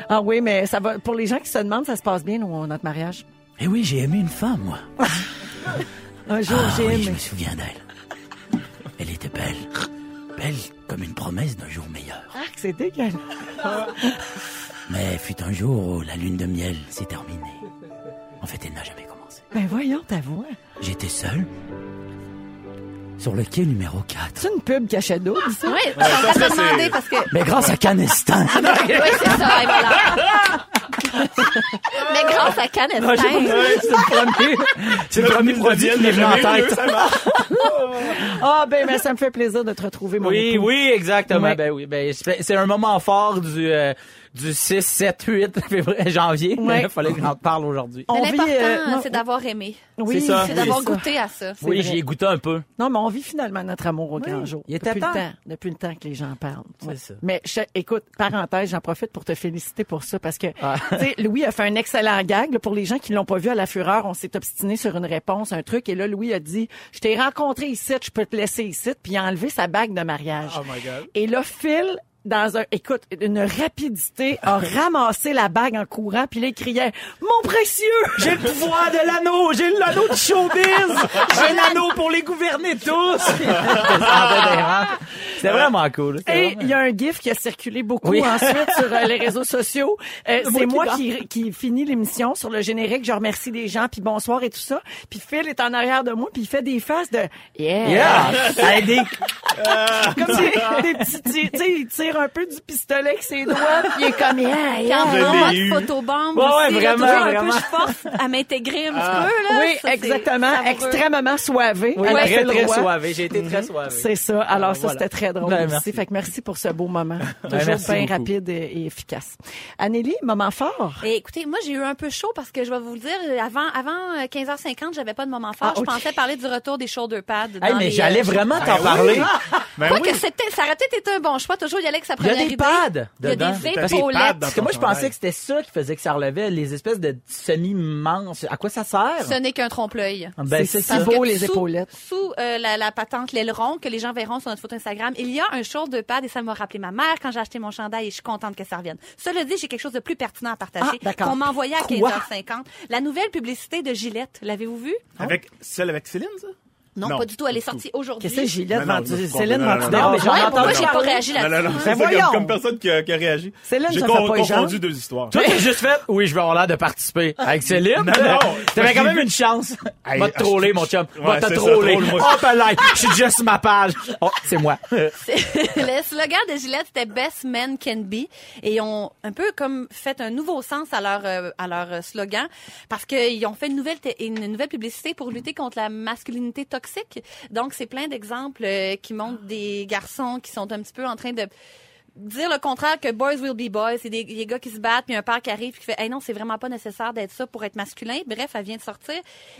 [SPEAKER 3] Ah oui, mais ça va. Pour les gens qui se demandent, ça se passe bien nos- notre mariage.
[SPEAKER 6] Eh oui, j'ai aimé une femme, moi.
[SPEAKER 3] Un jour, j'ai
[SPEAKER 2] Ah Oui, je
[SPEAKER 3] aimé.
[SPEAKER 2] me souviens d'elle. Elle était belle. Belle comme une promesse d'un jour meilleur.
[SPEAKER 3] Ah, que c'est dégueulasse.
[SPEAKER 2] Mais fut un jour où la lune de miel s'est terminée. En fait, elle n'a jamais commencé.
[SPEAKER 3] Ben voyons ta voix.
[SPEAKER 2] J'étais seul sur le quai numéro 4.
[SPEAKER 3] C'est une pub cachet double, ça?
[SPEAKER 5] Oui, je suis en train de me
[SPEAKER 4] ça, c'est-
[SPEAKER 5] demander parce que.
[SPEAKER 2] Mais grâce à Canestin,
[SPEAKER 6] Ah,
[SPEAKER 5] Oui, c'est ça, et voilà. Mais grâce à Canestein.
[SPEAKER 6] c'est le premier, c'est le premier
[SPEAKER 4] Ils
[SPEAKER 6] produit qui
[SPEAKER 4] deviennent
[SPEAKER 6] m'est venu en
[SPEAKER 4] jamais
[SPEAKER 6] tête.
[SPEAKER 4] mieux, ça marche.
[SPEAKER 3] Ah, ben, mais ça me fait plaisir de te retrouver, mon
[SPEAKER 6] Oui,
[SPEAKER 3] époux.
[SPEAKER 6] oui, exactement.
[SPEAKER 3] Ouais.
[SPEAKER 6] Ben oui, ben c'est c'est un moment fort du euh, du 6 7 8 février janvier.
[SPEAKER 3] Ouais.
[SPEAKER 6] Il fallait que j'en parle aujourd'hui.
[SPEAKER 3] On
[SPEAKER 5] Mais
[SPEAKER 3] vit,
[SPEAKER 5] L'important,
[SPEAKER 3] euh, non,
[SPEAKER 5] c'est d'avoir aimé.
[SPEAKER 3] oui,
[SPEAKER 6] c'est ça.
[SPEAKER 5] C'est
[SPEAKER 6] Oui,
[SPEAKER 5] d'avoir
[SPEAKER 3] c'est ça.
[SPEAKER 5] goûté à ça.
[SPEAKER 6] Oui,
[SPEAKER 3] vrai.
[SPEAKER 6] j'y ai goûté un peu.
[SPEAKER 3] Non, mais on vit finalement notre amour au grand jour.
[SPEAKER 6] Il était
[SPEAKER 3] depuis
[SPEAKER 6] temps.
[SPEAKER 3] le temps. Depuis le temps que les gens parlent. Ouais.
[SPEAKER 6] ça.
[SPEAKER 3] Mais je- écoute, parenthèse, j'en profite pour te féliciter pour ça parce que
[SPEAKER 6] Ah.
[SPEAKER 3] tu sais, Louis a fait un excellent gag. là, pour les gens qui l'ont pas vu à la fureur, on s'est obstiné sur une réponse, un truc, et là Louis a dit Je t'ai rencontré ici, je peux te laisser ici, puis il a enlevé sa bague de mariage.
[SPEAKER 4] Oh my God.
[SPEAKER 3] Et là, Phil, dans un, écoute, une rapidité, a ramassé la bague en courant, puis là, il criait, mon précieux!
[SPEAKER 6] J'ai le pouvoir de l'anneau, j'ai l'anneau de showbiz, j'ai l'anneau pour les gouverner tous. C'était vraiment cool. C'était
[SPEAKER 3] Et
[SPEAKER 6] vraiment-
[SPEAKER 3] il y a un gif qui a circulé beaucoup
[SPEAKER 6] Oui.
[SPEAKER 3] ensuite sur euh, les réseaux sociaux. Euh, c'est
[SPEAKER 6] qui
[SPEAKER 3] moi qui, qui finis l'émission sur le générique. Je remercie les gens, puis bonsoir et tout ça. Puis Phil est en arrière de moi, puis il fait des faces de « yeah ».
[SPEAKER 6] Yeah! Ça a aidé.
[SPEAKER 3] Comme des, des petits... Tu tu sais, il tire un peu du pistolet avec ses doigts, puis il est comme « yeah, yeah ».
[SPEAKER 5] Quand
[SPEAKER 4] Je
[SPEAKER 5] on
[SPEAKER 4] l'ai eu.
[SPEAKER 5] mode photobombe
[SPEAKER 6] Ouais, ouais,
[SPEAKER 5] aussi, là,
[SPEAKER 6] vraiment,
[SPEAKER 5] toujours un
[SPEAKER 6] vraiment.
[SPEAKER 5] peu, je force à m'intégrer un petit peu, là.
[SPEAKER 3] Oui,
[SPEAKER 5] Ça, c'est
[SPEAKER 3] exactement.
[SPEAKER 5] savoureux.
[SPEAKER 3] Extrêmement soivé.
[SPEAKER 6] Oui,
[SPEAKER 3] à la
[SPEAKER 6] très,
[SPEAKER 3] Phil
[SPEAKER 6] très
[SPEAKER 3] Roy.
[SPEAKER 6] soivé. J'ai été très soivé.
[SPEAKER 3] C'est ça. Alors,
[SPEAKER 6] Alors,
[SPEAKER 3] ça,
[SPEAKER 6] voilà.
[SPEAKER 3] c'était très drôle
[SPEAKER 6] Ben,
[SPEAKER 3] aussi.
[SPEAKER 6] merci. Ben,
[SPEAKER 3] Fait que merci pour ce beau moment. Toujours
[SPEAKER 6] merci
[SPEAKER 3] bien
[SPEAKER 6] beaucoup.
[SPEAKER 3] rapide et, et efficace. Anneli, moment fort.
[SPEAKER 5] Et écoutez, moi, j'ai eu un peu chaud parce que je vais vous le dire, avant, avant euh, 15h50, j'avais pas de moment fort.
[SPEAKER 3] Ah, ok.
[SPEAKER 5] Je pensais parler du retour des shoulder pads.
[SPEAKER 6] Hey,
[SPEAKER 5] dans
[SPEAKER 6] mais
[SPEAKER 5] les,
[SPEAKER 6] j'allais
[SPEAKER 5] euh,
[SPEAKER 6] vraiment
[SPEAKER 4] Ben
[SPEAKER 6] t'en
[SPEAKER 4] oui.
[SPEAKER 6] parler.
[SPEAKER 4] Ben
[SPEAKER 5] Quoi
[SPEAKER 4] oui.
[SPEAKER 5] que c'était, ça aurait peut-être été un bon choix. Toujours y aller avec sa
[SPEAKER 6] Il y a
[SPEAKER 5] première
[SPEAKER 6] des
[SPEAKER 5] idée.
[SPEAKER 6] pads
[SPEAKER 5] Il y a
[SPEAKER 6] dedans.
[SPEAKER 5] des
[SPEAKER 4] T'as des pads
[SPEAKER 5] épaulettes.
[SPEAKER 4] dans
[SPEAKER 6] Parce que moi, je
[SPEAKER 4] ton
[SPEAKER 6] pensais
[SPEAKER 4] chandail.
[SPEAKER 6] que c'était ça qui faisait que ça relevait, les espèces de semi-manches. À quoi ça sert?
[SPEAKER 5] Ce n'est qu'un trompe-l'œil.
[SPEAKER 6] Ben,
[SPEAKER 3] Ah, C'est
[SPEAKER 6] c'est
[SPEAKER 3] si
[SPEAKER 6] ça.
[SPEAKER 5] Parce
[SPEAKER 3] beau,
[SPEAKER 5] que
[SPEAKER 3] les
[SPEAKER 5] sous-
[SPEAKER 3] épaulettes.
[SPEAKER 5] Sous euh, la, la patente l'aileron que les gens verront sur notre photo Instagram, il y a un short de pad et ça m'a rappelé ma mère quand j'ai acheté mon chandail et je suis contente que ça revienne. Cela dit, j'ai quelque chose de plus pertinent à
[SPEAKER 3] Ah,
[SPEAKER 5] partager
[SPEAKER 3] d'accord.
[SPEAKER 5] qu'on m'envoyait à
[SPEAKER 3] Quoi?
[SPEAKER 5] 15h50. La nouvelle publicité de Gillette, l'avez-vous vue?
[SPEAKER 4] Avec, celle avec Céline, ça?
[SPEAKER 5] Non, pas du tout. Elle est sortie aujourd'hui.
[SPEAKER 3] Qu'est-ce que Gillette
[SPEAKER 4] Non, non,
[SPEAKER 3] Ventu-
[SPEAKER 4] je me suis
[SPEAKER 3] Céline
[SPEAKER 4] trompé. Non, non,
[SPEAKER 3] Ventidor,
[SPEAKER 4] non,
[SPEAKER 3] mais
[SPEAKER 4] non.
[SPEAKER 3] j'en
[SPEAKER 5] Ouais,
[SPEAKER 3] entends
[SPEAKER 5] pourquoi j'ai pas
[SPEAKER 3] parler.
[SPEAKER 5] réagi
[SPEAKER 4] Non, non, non,
[SPEAKER 5] là-dessus?
[SPEAKER 6] Ben
[SPEAKER 4] c'est ça
[SPEAKER 3] voyons.
[SPEAKER 4] comme, comme personne qui a, qui a réagi.
[SPEAKER 3] Céline,
[SPEAKER 4] J'ai
[SPEAKER 3] ça fait pas les gens.
[SPEAKER 4] confondu deux histoires.
[SPEAKER 6] Toi, t'as juste fait, oui, je vais avoir l'air de participer avec Céline.
[SPEAKER 4] Non, non.
[SPEAKER 6] T'avais quand
[SPEAKER 4] J'ai
[SPEAKER 6] même
[SPEAKER 4] vu-
[SPEAKER 6] une chance.
[SPEAKER 4] Hey,
[SPEAKER 6] Va te troller, mon chum.
[SPEAKER 4] Ouais,
[SPEAKER 6] Va te
[SPEAKER 4] c'est ça,
[SPEAKER 6] troller.
[SPEAKER 4] trolle-moi.
[SPEAKER 6] Oh, palais. Je suis juste sur ma page. Oh, c'est moi.
[SPEAKER 5] Le slogan de Gillette, c'était Best Men Can Be. Et ils ont un peu comme fait un nouveau sens à leur, euh, à leur euh, slogan parce qu'ils ont fait une nouvelle, te- une nouvelle publicité pour lutter contre la masculinité toxique. Donc, c'est plein d'exemples euh, qui montrent des garçons qui sont un petit peu en train de dire le contraire que boys will be boys, c'est des, des gars qui se battent puis un père qui arrive puis qui fait "Hey non, c'est vraiment pas nécessaire d'être ça pour être masculin." Bref, elle vient de sortir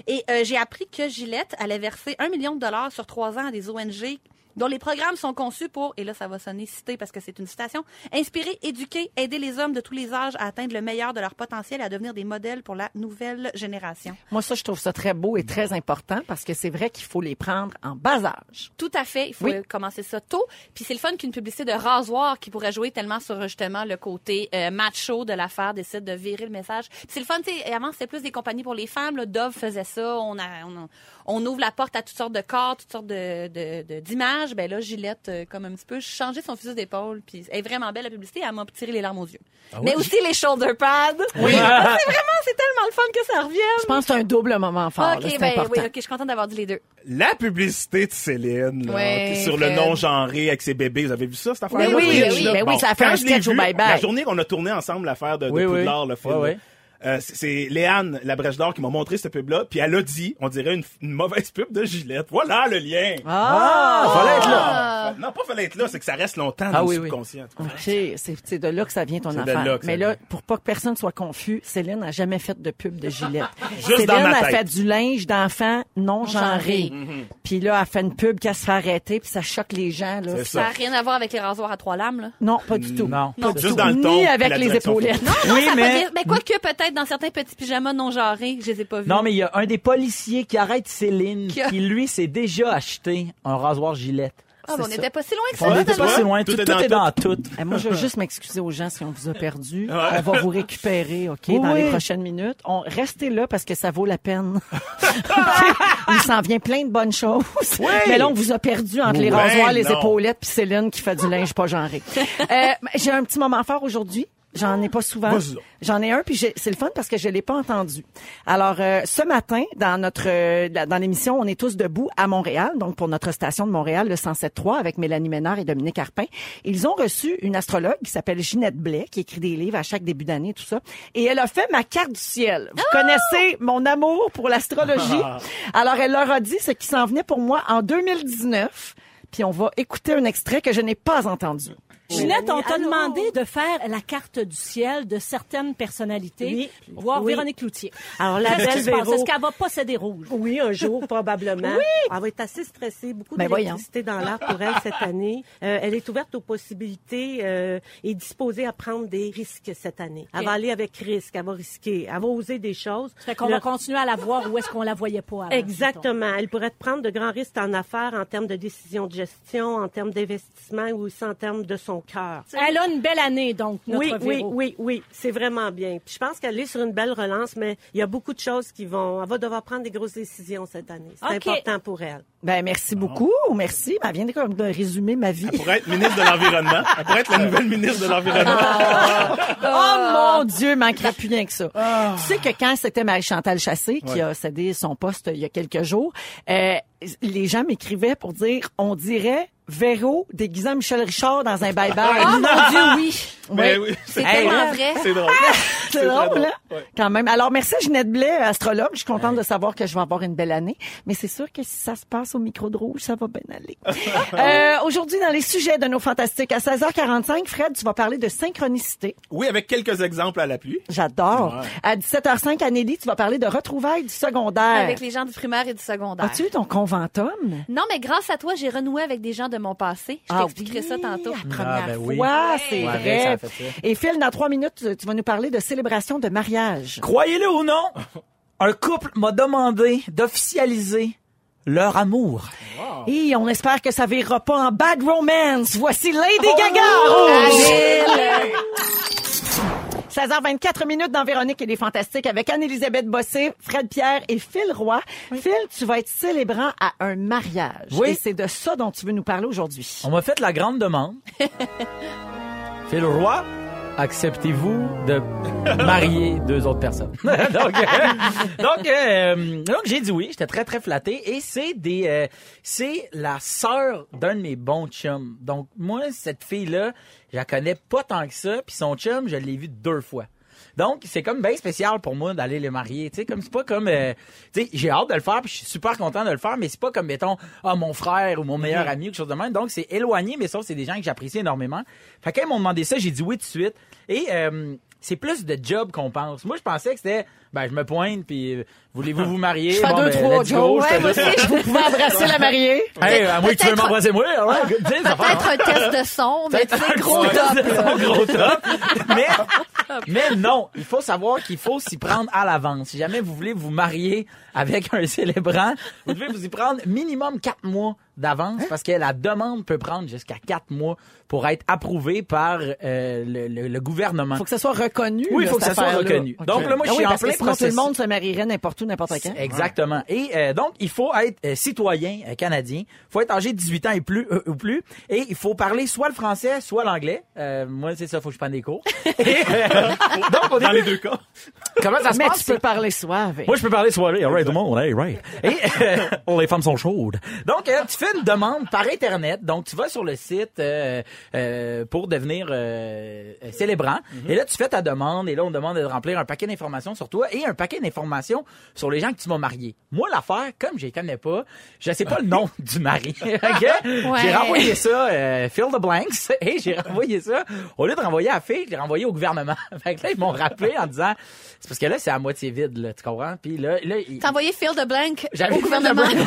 [SPEAKER 5] et euh, j'ai appris que Gillette allait verser un million de dollars sur trois ans à des ONG dont les programmes sont conçus pour, et là ça va sonner cité parce que c'est une citation, inspirer, éduquer, aider les hommes de tous les âges à atteindre le meilleur de leur potentiel et à devenir des modèles pour la nouvelle génération.
[SPEAKER 3] Moi, ça, je trouve ça très beau et très important parce que c'est vrai qu'il faut les prendre en bas âge.
[SPEAKER 5] Tout à fait. Il faut
[SPEAKER 3] Oui.
[SPEAKER 5] euh, commencer ça tôt. Puis c'est le fun qu'une publicité de rasoir qui pourrait jouer tellement sur euh, justement le côté euh, macho de l'affaire décide de virer le message. Puis c'est le fun, tu sais, avant c'était plus des compagnies pour les femmes. Là. Dove faisait ça. On, a, on, a- on ouvre la porte à toutes sortes de corps, toutes sortes de, de, de- d'images. Ben là, Gillette, euh, comme un petit peu, changer son fusil d'épaule. Puis elle est vraiment belle la publicité. Elle m'a tiré les larmes aux yeux.
[SPEAKER 3] Ah
[SPEAKER 5] Mais aussi les shoulder pads. Oui. c'est vraiment, c'est tellement le fun que ça revienne.
[SPEAKER 3] Je pense que c'est un double moment fort. Ah, là,
[SPEAKER 5] ok,
[SPEAKER 3] c'est
[SPEAKER 5] ben
[SPEAKER 3] important.
[SPEAKER 5] oui, ok, je suis contente d'avoir dit les deux.
[SPEAKER 4] La publicité de Céline, là,
[SPEAKER 5] Ouais,
[SPEAKER 4] qui est sur le
[SPEAKER 5] Fred.
[SPEAKER 4] non-genré avec ses bébés, vous avez vu ça, cette affaire-là?
[SPEAKER 5] oui,
[SPEAKER 4] Bridge,
[SPEAKER 5] oui,
[SPEAKER 4] là?
[SPEAKER 3] ben oui, ça a fait
[SPEAKER 4] quand
[SPEAKER 3] un
[SPEAKER 4] je l'ai
[SPEAKER 3] sketch au
[SPEAKER 4] vu,
[SPEAKER 3] Bye Bye.
[SPEAKER 4] La journée qu'on a tourné ensemble l'affaire de, de
[SPEAKER 6] Oui, oui.
[SPEAKER 4] Poudlard, le film,
[SPEAKER 6] Ouais,
[SPEAKER 4] là,
[SPEAKER 6] ouais.
[SPEAKER 4] euh, c'est- c'est Léane, la brèche d'or, qui m'a montré cette pub-là, puis elle a dit, on dirait une, une mauvaise pub de Gillette. Voilà le lien!
[SPEAKER 3] Ah!
[SPEAKER 6] fallait être là.
[SPEAKER 4] Ah! Non, pas fallait être là, c'est que ça reste longtemps dans
[SPEAKER 6] Ah
[SPEAKER 4] le
[SPEAKER 6] oui, oui.
[SPEAKER 4] subconscient. tu vois.
[SPEAKER 3] OK, c'est c'est de là que ça vient ton
[SPEAKER 4] C'est de
[SPEAKER 3] affaire.
[SPEAKER 4] là que ça
[SPEAKER 3] Mais là,
[SPEAKER 4] vient.
[SPEAKER 3] pour pas que personne soit confus, Céline n'a jamais fait de pub de Gillette.
[SPEAKER 4] Juste
[SPEAKER 3] Céline
[SPEAKER 4] dans ma
[SPEAKER 3] a
[SPEAKER 4] tête. Mm-hmm.
[SPEAKER 3] fait du linge d'enfants non genré.
[SPEAKER 5] genré.
[SPEAKER 3] Puis là, elle fait une pub qu'elle se fait arrêter, puis ça choque les gens. Là.
[SPEAKER 4] C'est
[SPEAKER 5] Ça
[SPEAKER 4] ça.
[SPEAKER 5] n'a rien à voir avec les rasoirs à trois lames, là.
[SPEAKER 3] Non, pas du tout.
[SPEAKER 6] Non.
[SPEAKER 3] Pas du
[SPEAKER 4] Juste
[SPEAKER 3] tout.
[SPEAKER 4] dans le ton,
[SPEAKER 3] Ni
[SPEAKER 4] puis
[SPEAKER 3] avec
[SPEAKER 4] la
[SPEAKER 3] les
[SPEAKER 4] direction
[SPEAKER 3] épaulettes. Non.
[SPEAKER 6] Oui,
[SPEAKER 5] Ça
[SPEAKER 6] mais.
[SPEAKER 5] peut dire- mais quoi que peut-être dans certains petits pyjamas non genrés, je les ai pas vus.
[SPEAKER 6] Non, mais il y a un des policiers qui arrête Céline,
[SPEAKER 5] Qui a-
[SPEAKER 6] qui lui s'est déjà acheté un rasoir Gillette.
[SPEAKER 5] Ah, mais on
[SPEAKER 6] C'est
[SPEAKER 5] n'était pas si loin que ça.
[SPEAKER 6] On n'était
[SPEAKER 5] finalement.
[SPEAKER 6] pas
[SPEAKER 4] Ouais.
[SPEAKER 6] si loin. Tout,
[SPEAKER 4] Tout est
[SPEAKER 6] tout
[SPEAKER 4] dans
[SPEAKER 6] est dans tout.
[SPEAKER 3] Eh, moi, je veux juste m'excuser aux gens si on vous a perdu. On va vous récupérer, OK, dans
[SPEAKER 6] Oui.
[SPEAKER 3] les prochaines minutes. On, restez là parce que ça vaut la peine. Il s'en vient plein de bonnes choses. Mais là, on vous a perdu entre les
[SPEAKER 4] Ouais,
[SPEAKER 3] rasoirs, les
[SPEAKER 4] non.
[SPEAKER 3] épaulettes, puis Céline qui fait du linge pas genré. Euh, J'ai un petit moment fort aujourd'hui. J'en ai pas souvent.
[SPEAKER 4] Vas-y donc.
[SPEAKER 3] J'en ai un, puis j'ai- c'est le fun parce que je l'ai pas entendu. Alors, euh, ce matin, dans notre euh, la- dans l'émission On est tous debout à Montréal, donc pour notre station de Montréal, le 107.3, avec Mélanie Ménard et Dominique Arpin, ils ont reçu une astrologue qui s'appelle Ginette Blais, qui écrit des livres à chaque début d'année, et tout ça. Et elle a fait ma carte du ciel. Vous connaissez mon amour pour l'astrologie. Alors, elle leur a dit ce qui s'en venait pour moi en 2019. Puis on va écouter un extrait que je n'ai pas entendu.
[SPEAKER 7] Ginette, on t'a demandé de faire la carte du ciel de certaines personnalités, voir
[SPEAKER 8] Oui.
[SPEAKER 7] Véronique Cloutier.
[SPEAKER 8] Alors, la
[SPEAKER 7] Qu'est-ce qui
[SPEAKER 8] belle
[SPEAKER 7] se passe?
[SPEAKER 8] Véro-
[SPEAKER 7] Est-ce qu'elle va posséder rouge?
[SPEAKER 8] Oui, un jour, probablement. Elle va être Ah assez stressée. Beaucoup
[SPEAKER 3] Ben
[SPEAKER 8] d'électricité dans l'air pour elle cette année. Euh, elle est ouverte aux possibilités euh, et disposée à prendre des risques cette année. Elle va aller avec risque, elle va risquer, elle va oser des choses.
[SPEAKER 7] Fait qu'on
[SPEAKER 8] Le-
[SPEAKER 7] va continuer à la voir où est-ce qu'on la voyait pas avant.
[SPEAKER 8] Exactement. Elle pourrait prendre de grands risques en affaires, en termes de décision de gestion, en termes d'investissement ou aussi en termes de son cœur.
[SPEAKER 7] mettons. Elle a une belle année, donc, notre
[SPEAKER 8] Oui, oui,
[SPEAKER 7] Véro.
[SPEAKER 8] oui, oui, c'est vraiment bien. Puis je pense qu'elle est sur une belle relance, mais il y a beaucoup de choses qui vont. Elle va devoir prendre des grosses décisions cette année. C'est
[SPEAKER 7] OK.
[SPEAKER 8] important pour elle.
[SPEAKER 3] Ben merci beaucoup, merci. Ben, Elle vient de, comme de résumer ma vie.
[SPEAKER 4] Pour être ministre de l'Environnement. Elle pourrait être la nouvelle ministre de
[SPEAKER 3] Ah!
[SPEAKER 4] l'Environnement. Ah.
[SPEAKER 3] Oh mon Dieu, manquerait plus rien que ça. Tu sais que quand c'était Marie-Chantal Chassé qui
[SPEAKER 4] Ouais.
[SPEAKER 3] a cédé son poste il y a quelques jours, euh, les gens m'écrivaient pour dire on dirait Véro déguisant Michel Richard dans un bye-bye. Ah,
[SPEAKER 5] Oh mon Dieu, oui.
[SPEAKER 4] Mais Ah, Ben oui,
[SPEAKER 5] C'est
[SPEAKER 4] c'est
[SPEAKER 5] tellement vrai.
[SPEAKER 4] c'est drôle.
[SPEAKER 3] C'est
[SPEAKER 4] très
[SPEAKER 3] drôle, hein?
[SPEAKER 4] Ouais.
[SPEAKER 3] Quand même. Alors, merci Ginette Blais, astrologue. Je suis contente de savoir que je vais avoir une belle année. Mais c'est sûr que si ça se passe au micro de rouge, ça va bien aller.
[SPEAKER 4] Ah
[SPEAKER 3] Euh, Aujourd'hui, dans les sujets de nos fantastiques, à 16h45, Fred, tu vas parler de synchronicité.
[SPEAKER 4] Oui, avec quelques exemples à l'appui.
[SPEAKER 3] J'adore.
[SPEAKER 4] Ouais.
[SPEAKER 3] À 17h05, Anélie, tu vas parler de retrouvailles du secondaire.
[SPEAKER 5] Avec les gens du primaire et du secondaire.
[SPEAKER 3] As-tu eu ton conventum?
[SPEAKER 5] Non, mais grâce à toi, j'ai renoué avec des gens de mon passé. Je
[SPEAKER 3] Ah
[SPEAKER 5] t'expliquerai
[SPEAKER 3] oui,
[SPEAKER 5] ça tantôt.
[SPEAKER 3] La première
[SPEAKER 6] Ah, ben oui.
[SPEAKER 3] fois, c'est
[SPEAKER 6] Ouais,
[SPEAKER 3] vrai.
[SPEAKER 6] ça a fait ça.
[SPEAKER 3] Et Phil, dans trois minutes, tu tu vas nous parler de célébration de mariage.
[SPEAKER 6] Croyez-le ou non, un couple m'a demandé d'officialiser leur amour. Ah.
[SPEAKER 3] Et on espère que ça virera pas en bad romance. Voici Lady
[SPEAKER 6] Oh!
[SPEAKER 3] Gaga.
[SPEAKER 5] Agile.
[SPEAKER 3] 16h24 minutes dans Véronique et les Fantastiques avec Anne-Elisabeth Bossé, Fred Pierre et Phil Roy. Phil, tu vas être célébrant à un mariage.
[SPEAKER 6] Oui.
[SPEAKER 3] Et c'est de ça dont tu veux nous parler aujourd'hui.
[SPEAKER 6] On m'a fait la grande demande. Phil Roy, acceptez-vous de marier deux autres personnes? donc, euh, donc, euh, donc, j'ai dit oui. J'étais très, très flatté. Et c'est des, euh, c'est la sœur d'un de mes bons chums. Donc, moi, cette fille-là, je la connais pas tant que ça. Puis son chum, je l'ai vu deux fois. Donc, c'est comme bien spécial pour moi d'aller les marier. Tu sais, comme c'est pas comme, euh, tu sais, j'ai hâte de le faire, puis je suis super content de le faire, mais c'est pas comme mettons, ah mon frère ou mon meilleur ami ou quelque chose de même. Donc, c'est éloigné, mais sauf que c'est des gens que j'apprécie énormément. Fait quand ils m'ont demandé ça, j'ai dit oui tout de suite. Et euh, c'est plus de job qu'on pense. Moi, je pensais que c'était, ben, je me pointe, puis euh, voulez-vous vous marier
[SPEAKER 3] Fais
[SPEAKER 6] Bon,
[SPEAKER 3] deux,
[SPEAKER 6] ben,
[SPEAKER 3] trois
[SPEAKER 6] let's go.
[SPEAKER 3] jokes.
[SPEAKER 6] J'étais
[SPEAKER 5] Ouais, moi
[SPEAKER 6] juste-
[SPEAKER 5] aussi, je vous
[SPEAKER 3] Vous pouvez embrasser la mariée.
[SPEAKER 6] Hey, à moins que tu veux
[SPEAKER 5] peut-être-
[SPEAKER 6] m'embrasser, moi, alors, tu sais, ça hein? fait-
[SPEAKER 5] Peut-être un test de son, mais tu sais, gros
[SPEAKER 6] Ouais,
[SPEAKER 5] top.
[SPEAKER 6] c'est un gros top. Mais, mais non, il faut savoir qu'il faut s'y prendre à l'avance. Si jamais vous voulez vous marier avec un célébrant, vous devez vous y prendre minimum quatre mois d'avance parce que la demande peut prendre jusqu'à quatre mois pour être approuvée par euh, le, le- le gouvernement.
[SPEAKER 3] Faut que ça soit reconnu.
[SPEAKER 6] Oui,
[SPEAKER 3] là,
[SPEAKER 6] faut que ça
[SPEAKER 3] cette
[SPEAKER 6] soit
[SPEAKER 3] affaire-là.
[SPEAKER 6] reconnu.
[SPEAKER 3] OK.
[SPEAKER 6] Donc, là, moi, je
[SPEAKER 3] Ah oui,
[SPEAKER 6] suis en
[SPEAKER 3] parce que
[SPEAKER 6] plein
[SPEAKER 3] sinon, Tout
[SPEAKER 6] processus.
[SPEAKER 3] le monde se marierait n'importe où, n'importe quand.
[SPEAKER 6] Exactement. Et euh, donc, il faut être euh, citoyen euh, canadien. Il faut être âgé de 18 ans et plus, euh, ou plus. Et il faut parler soit le français, soit l'anglais. Euh, moi, c'est ça, faut que je prenne des cours. Et, euh, donc, au
[SPEAKER 4] Dans les
[SPEAKER 6] début,
[SPEAKER 4] deux cas.
[SPEAKER 6] comment ça se
[SPEAKER 3] Mais
[SPEAKER 6] passe?
[SPEAKER 3] tu peux parler soave.
[SPEAKER 6] Moi, je peux parler soirée. All right, tout le monde. Hey, right. Et euh, les femmes sont chaudes. Donc, euh, tu fais une demande par Internet. Donc, tu vas sur le site euh, euh, pour devenir euh, euh, célébrant. Et là, tu fais ta demande. Et là, on te demande de remplir un paquet d'informations sur toi et un paquet d'informations sur les gens que tu m'as mariés. Moi, l'affaire, comme je les connais pas, je sais pas le nom du mari. OK? J'ai renvoyé ça, euh, fill the blanks, et j'ai renvoyé ça. Au lieu de renvoyer à la fille, je l'ai renvoyé au gouvernement. fait que là, ils m'ont rappelé en disant, c'est parce que là, c'est à moitié vide, là, tu comprends? Puis là, là ils-
[SPEAKER 5] T'as envoyé Phil de Blank
[SPEAKER 6] j'avais
[SPEAKER 5] au gouvernement.
[SPEAKER 6] Ils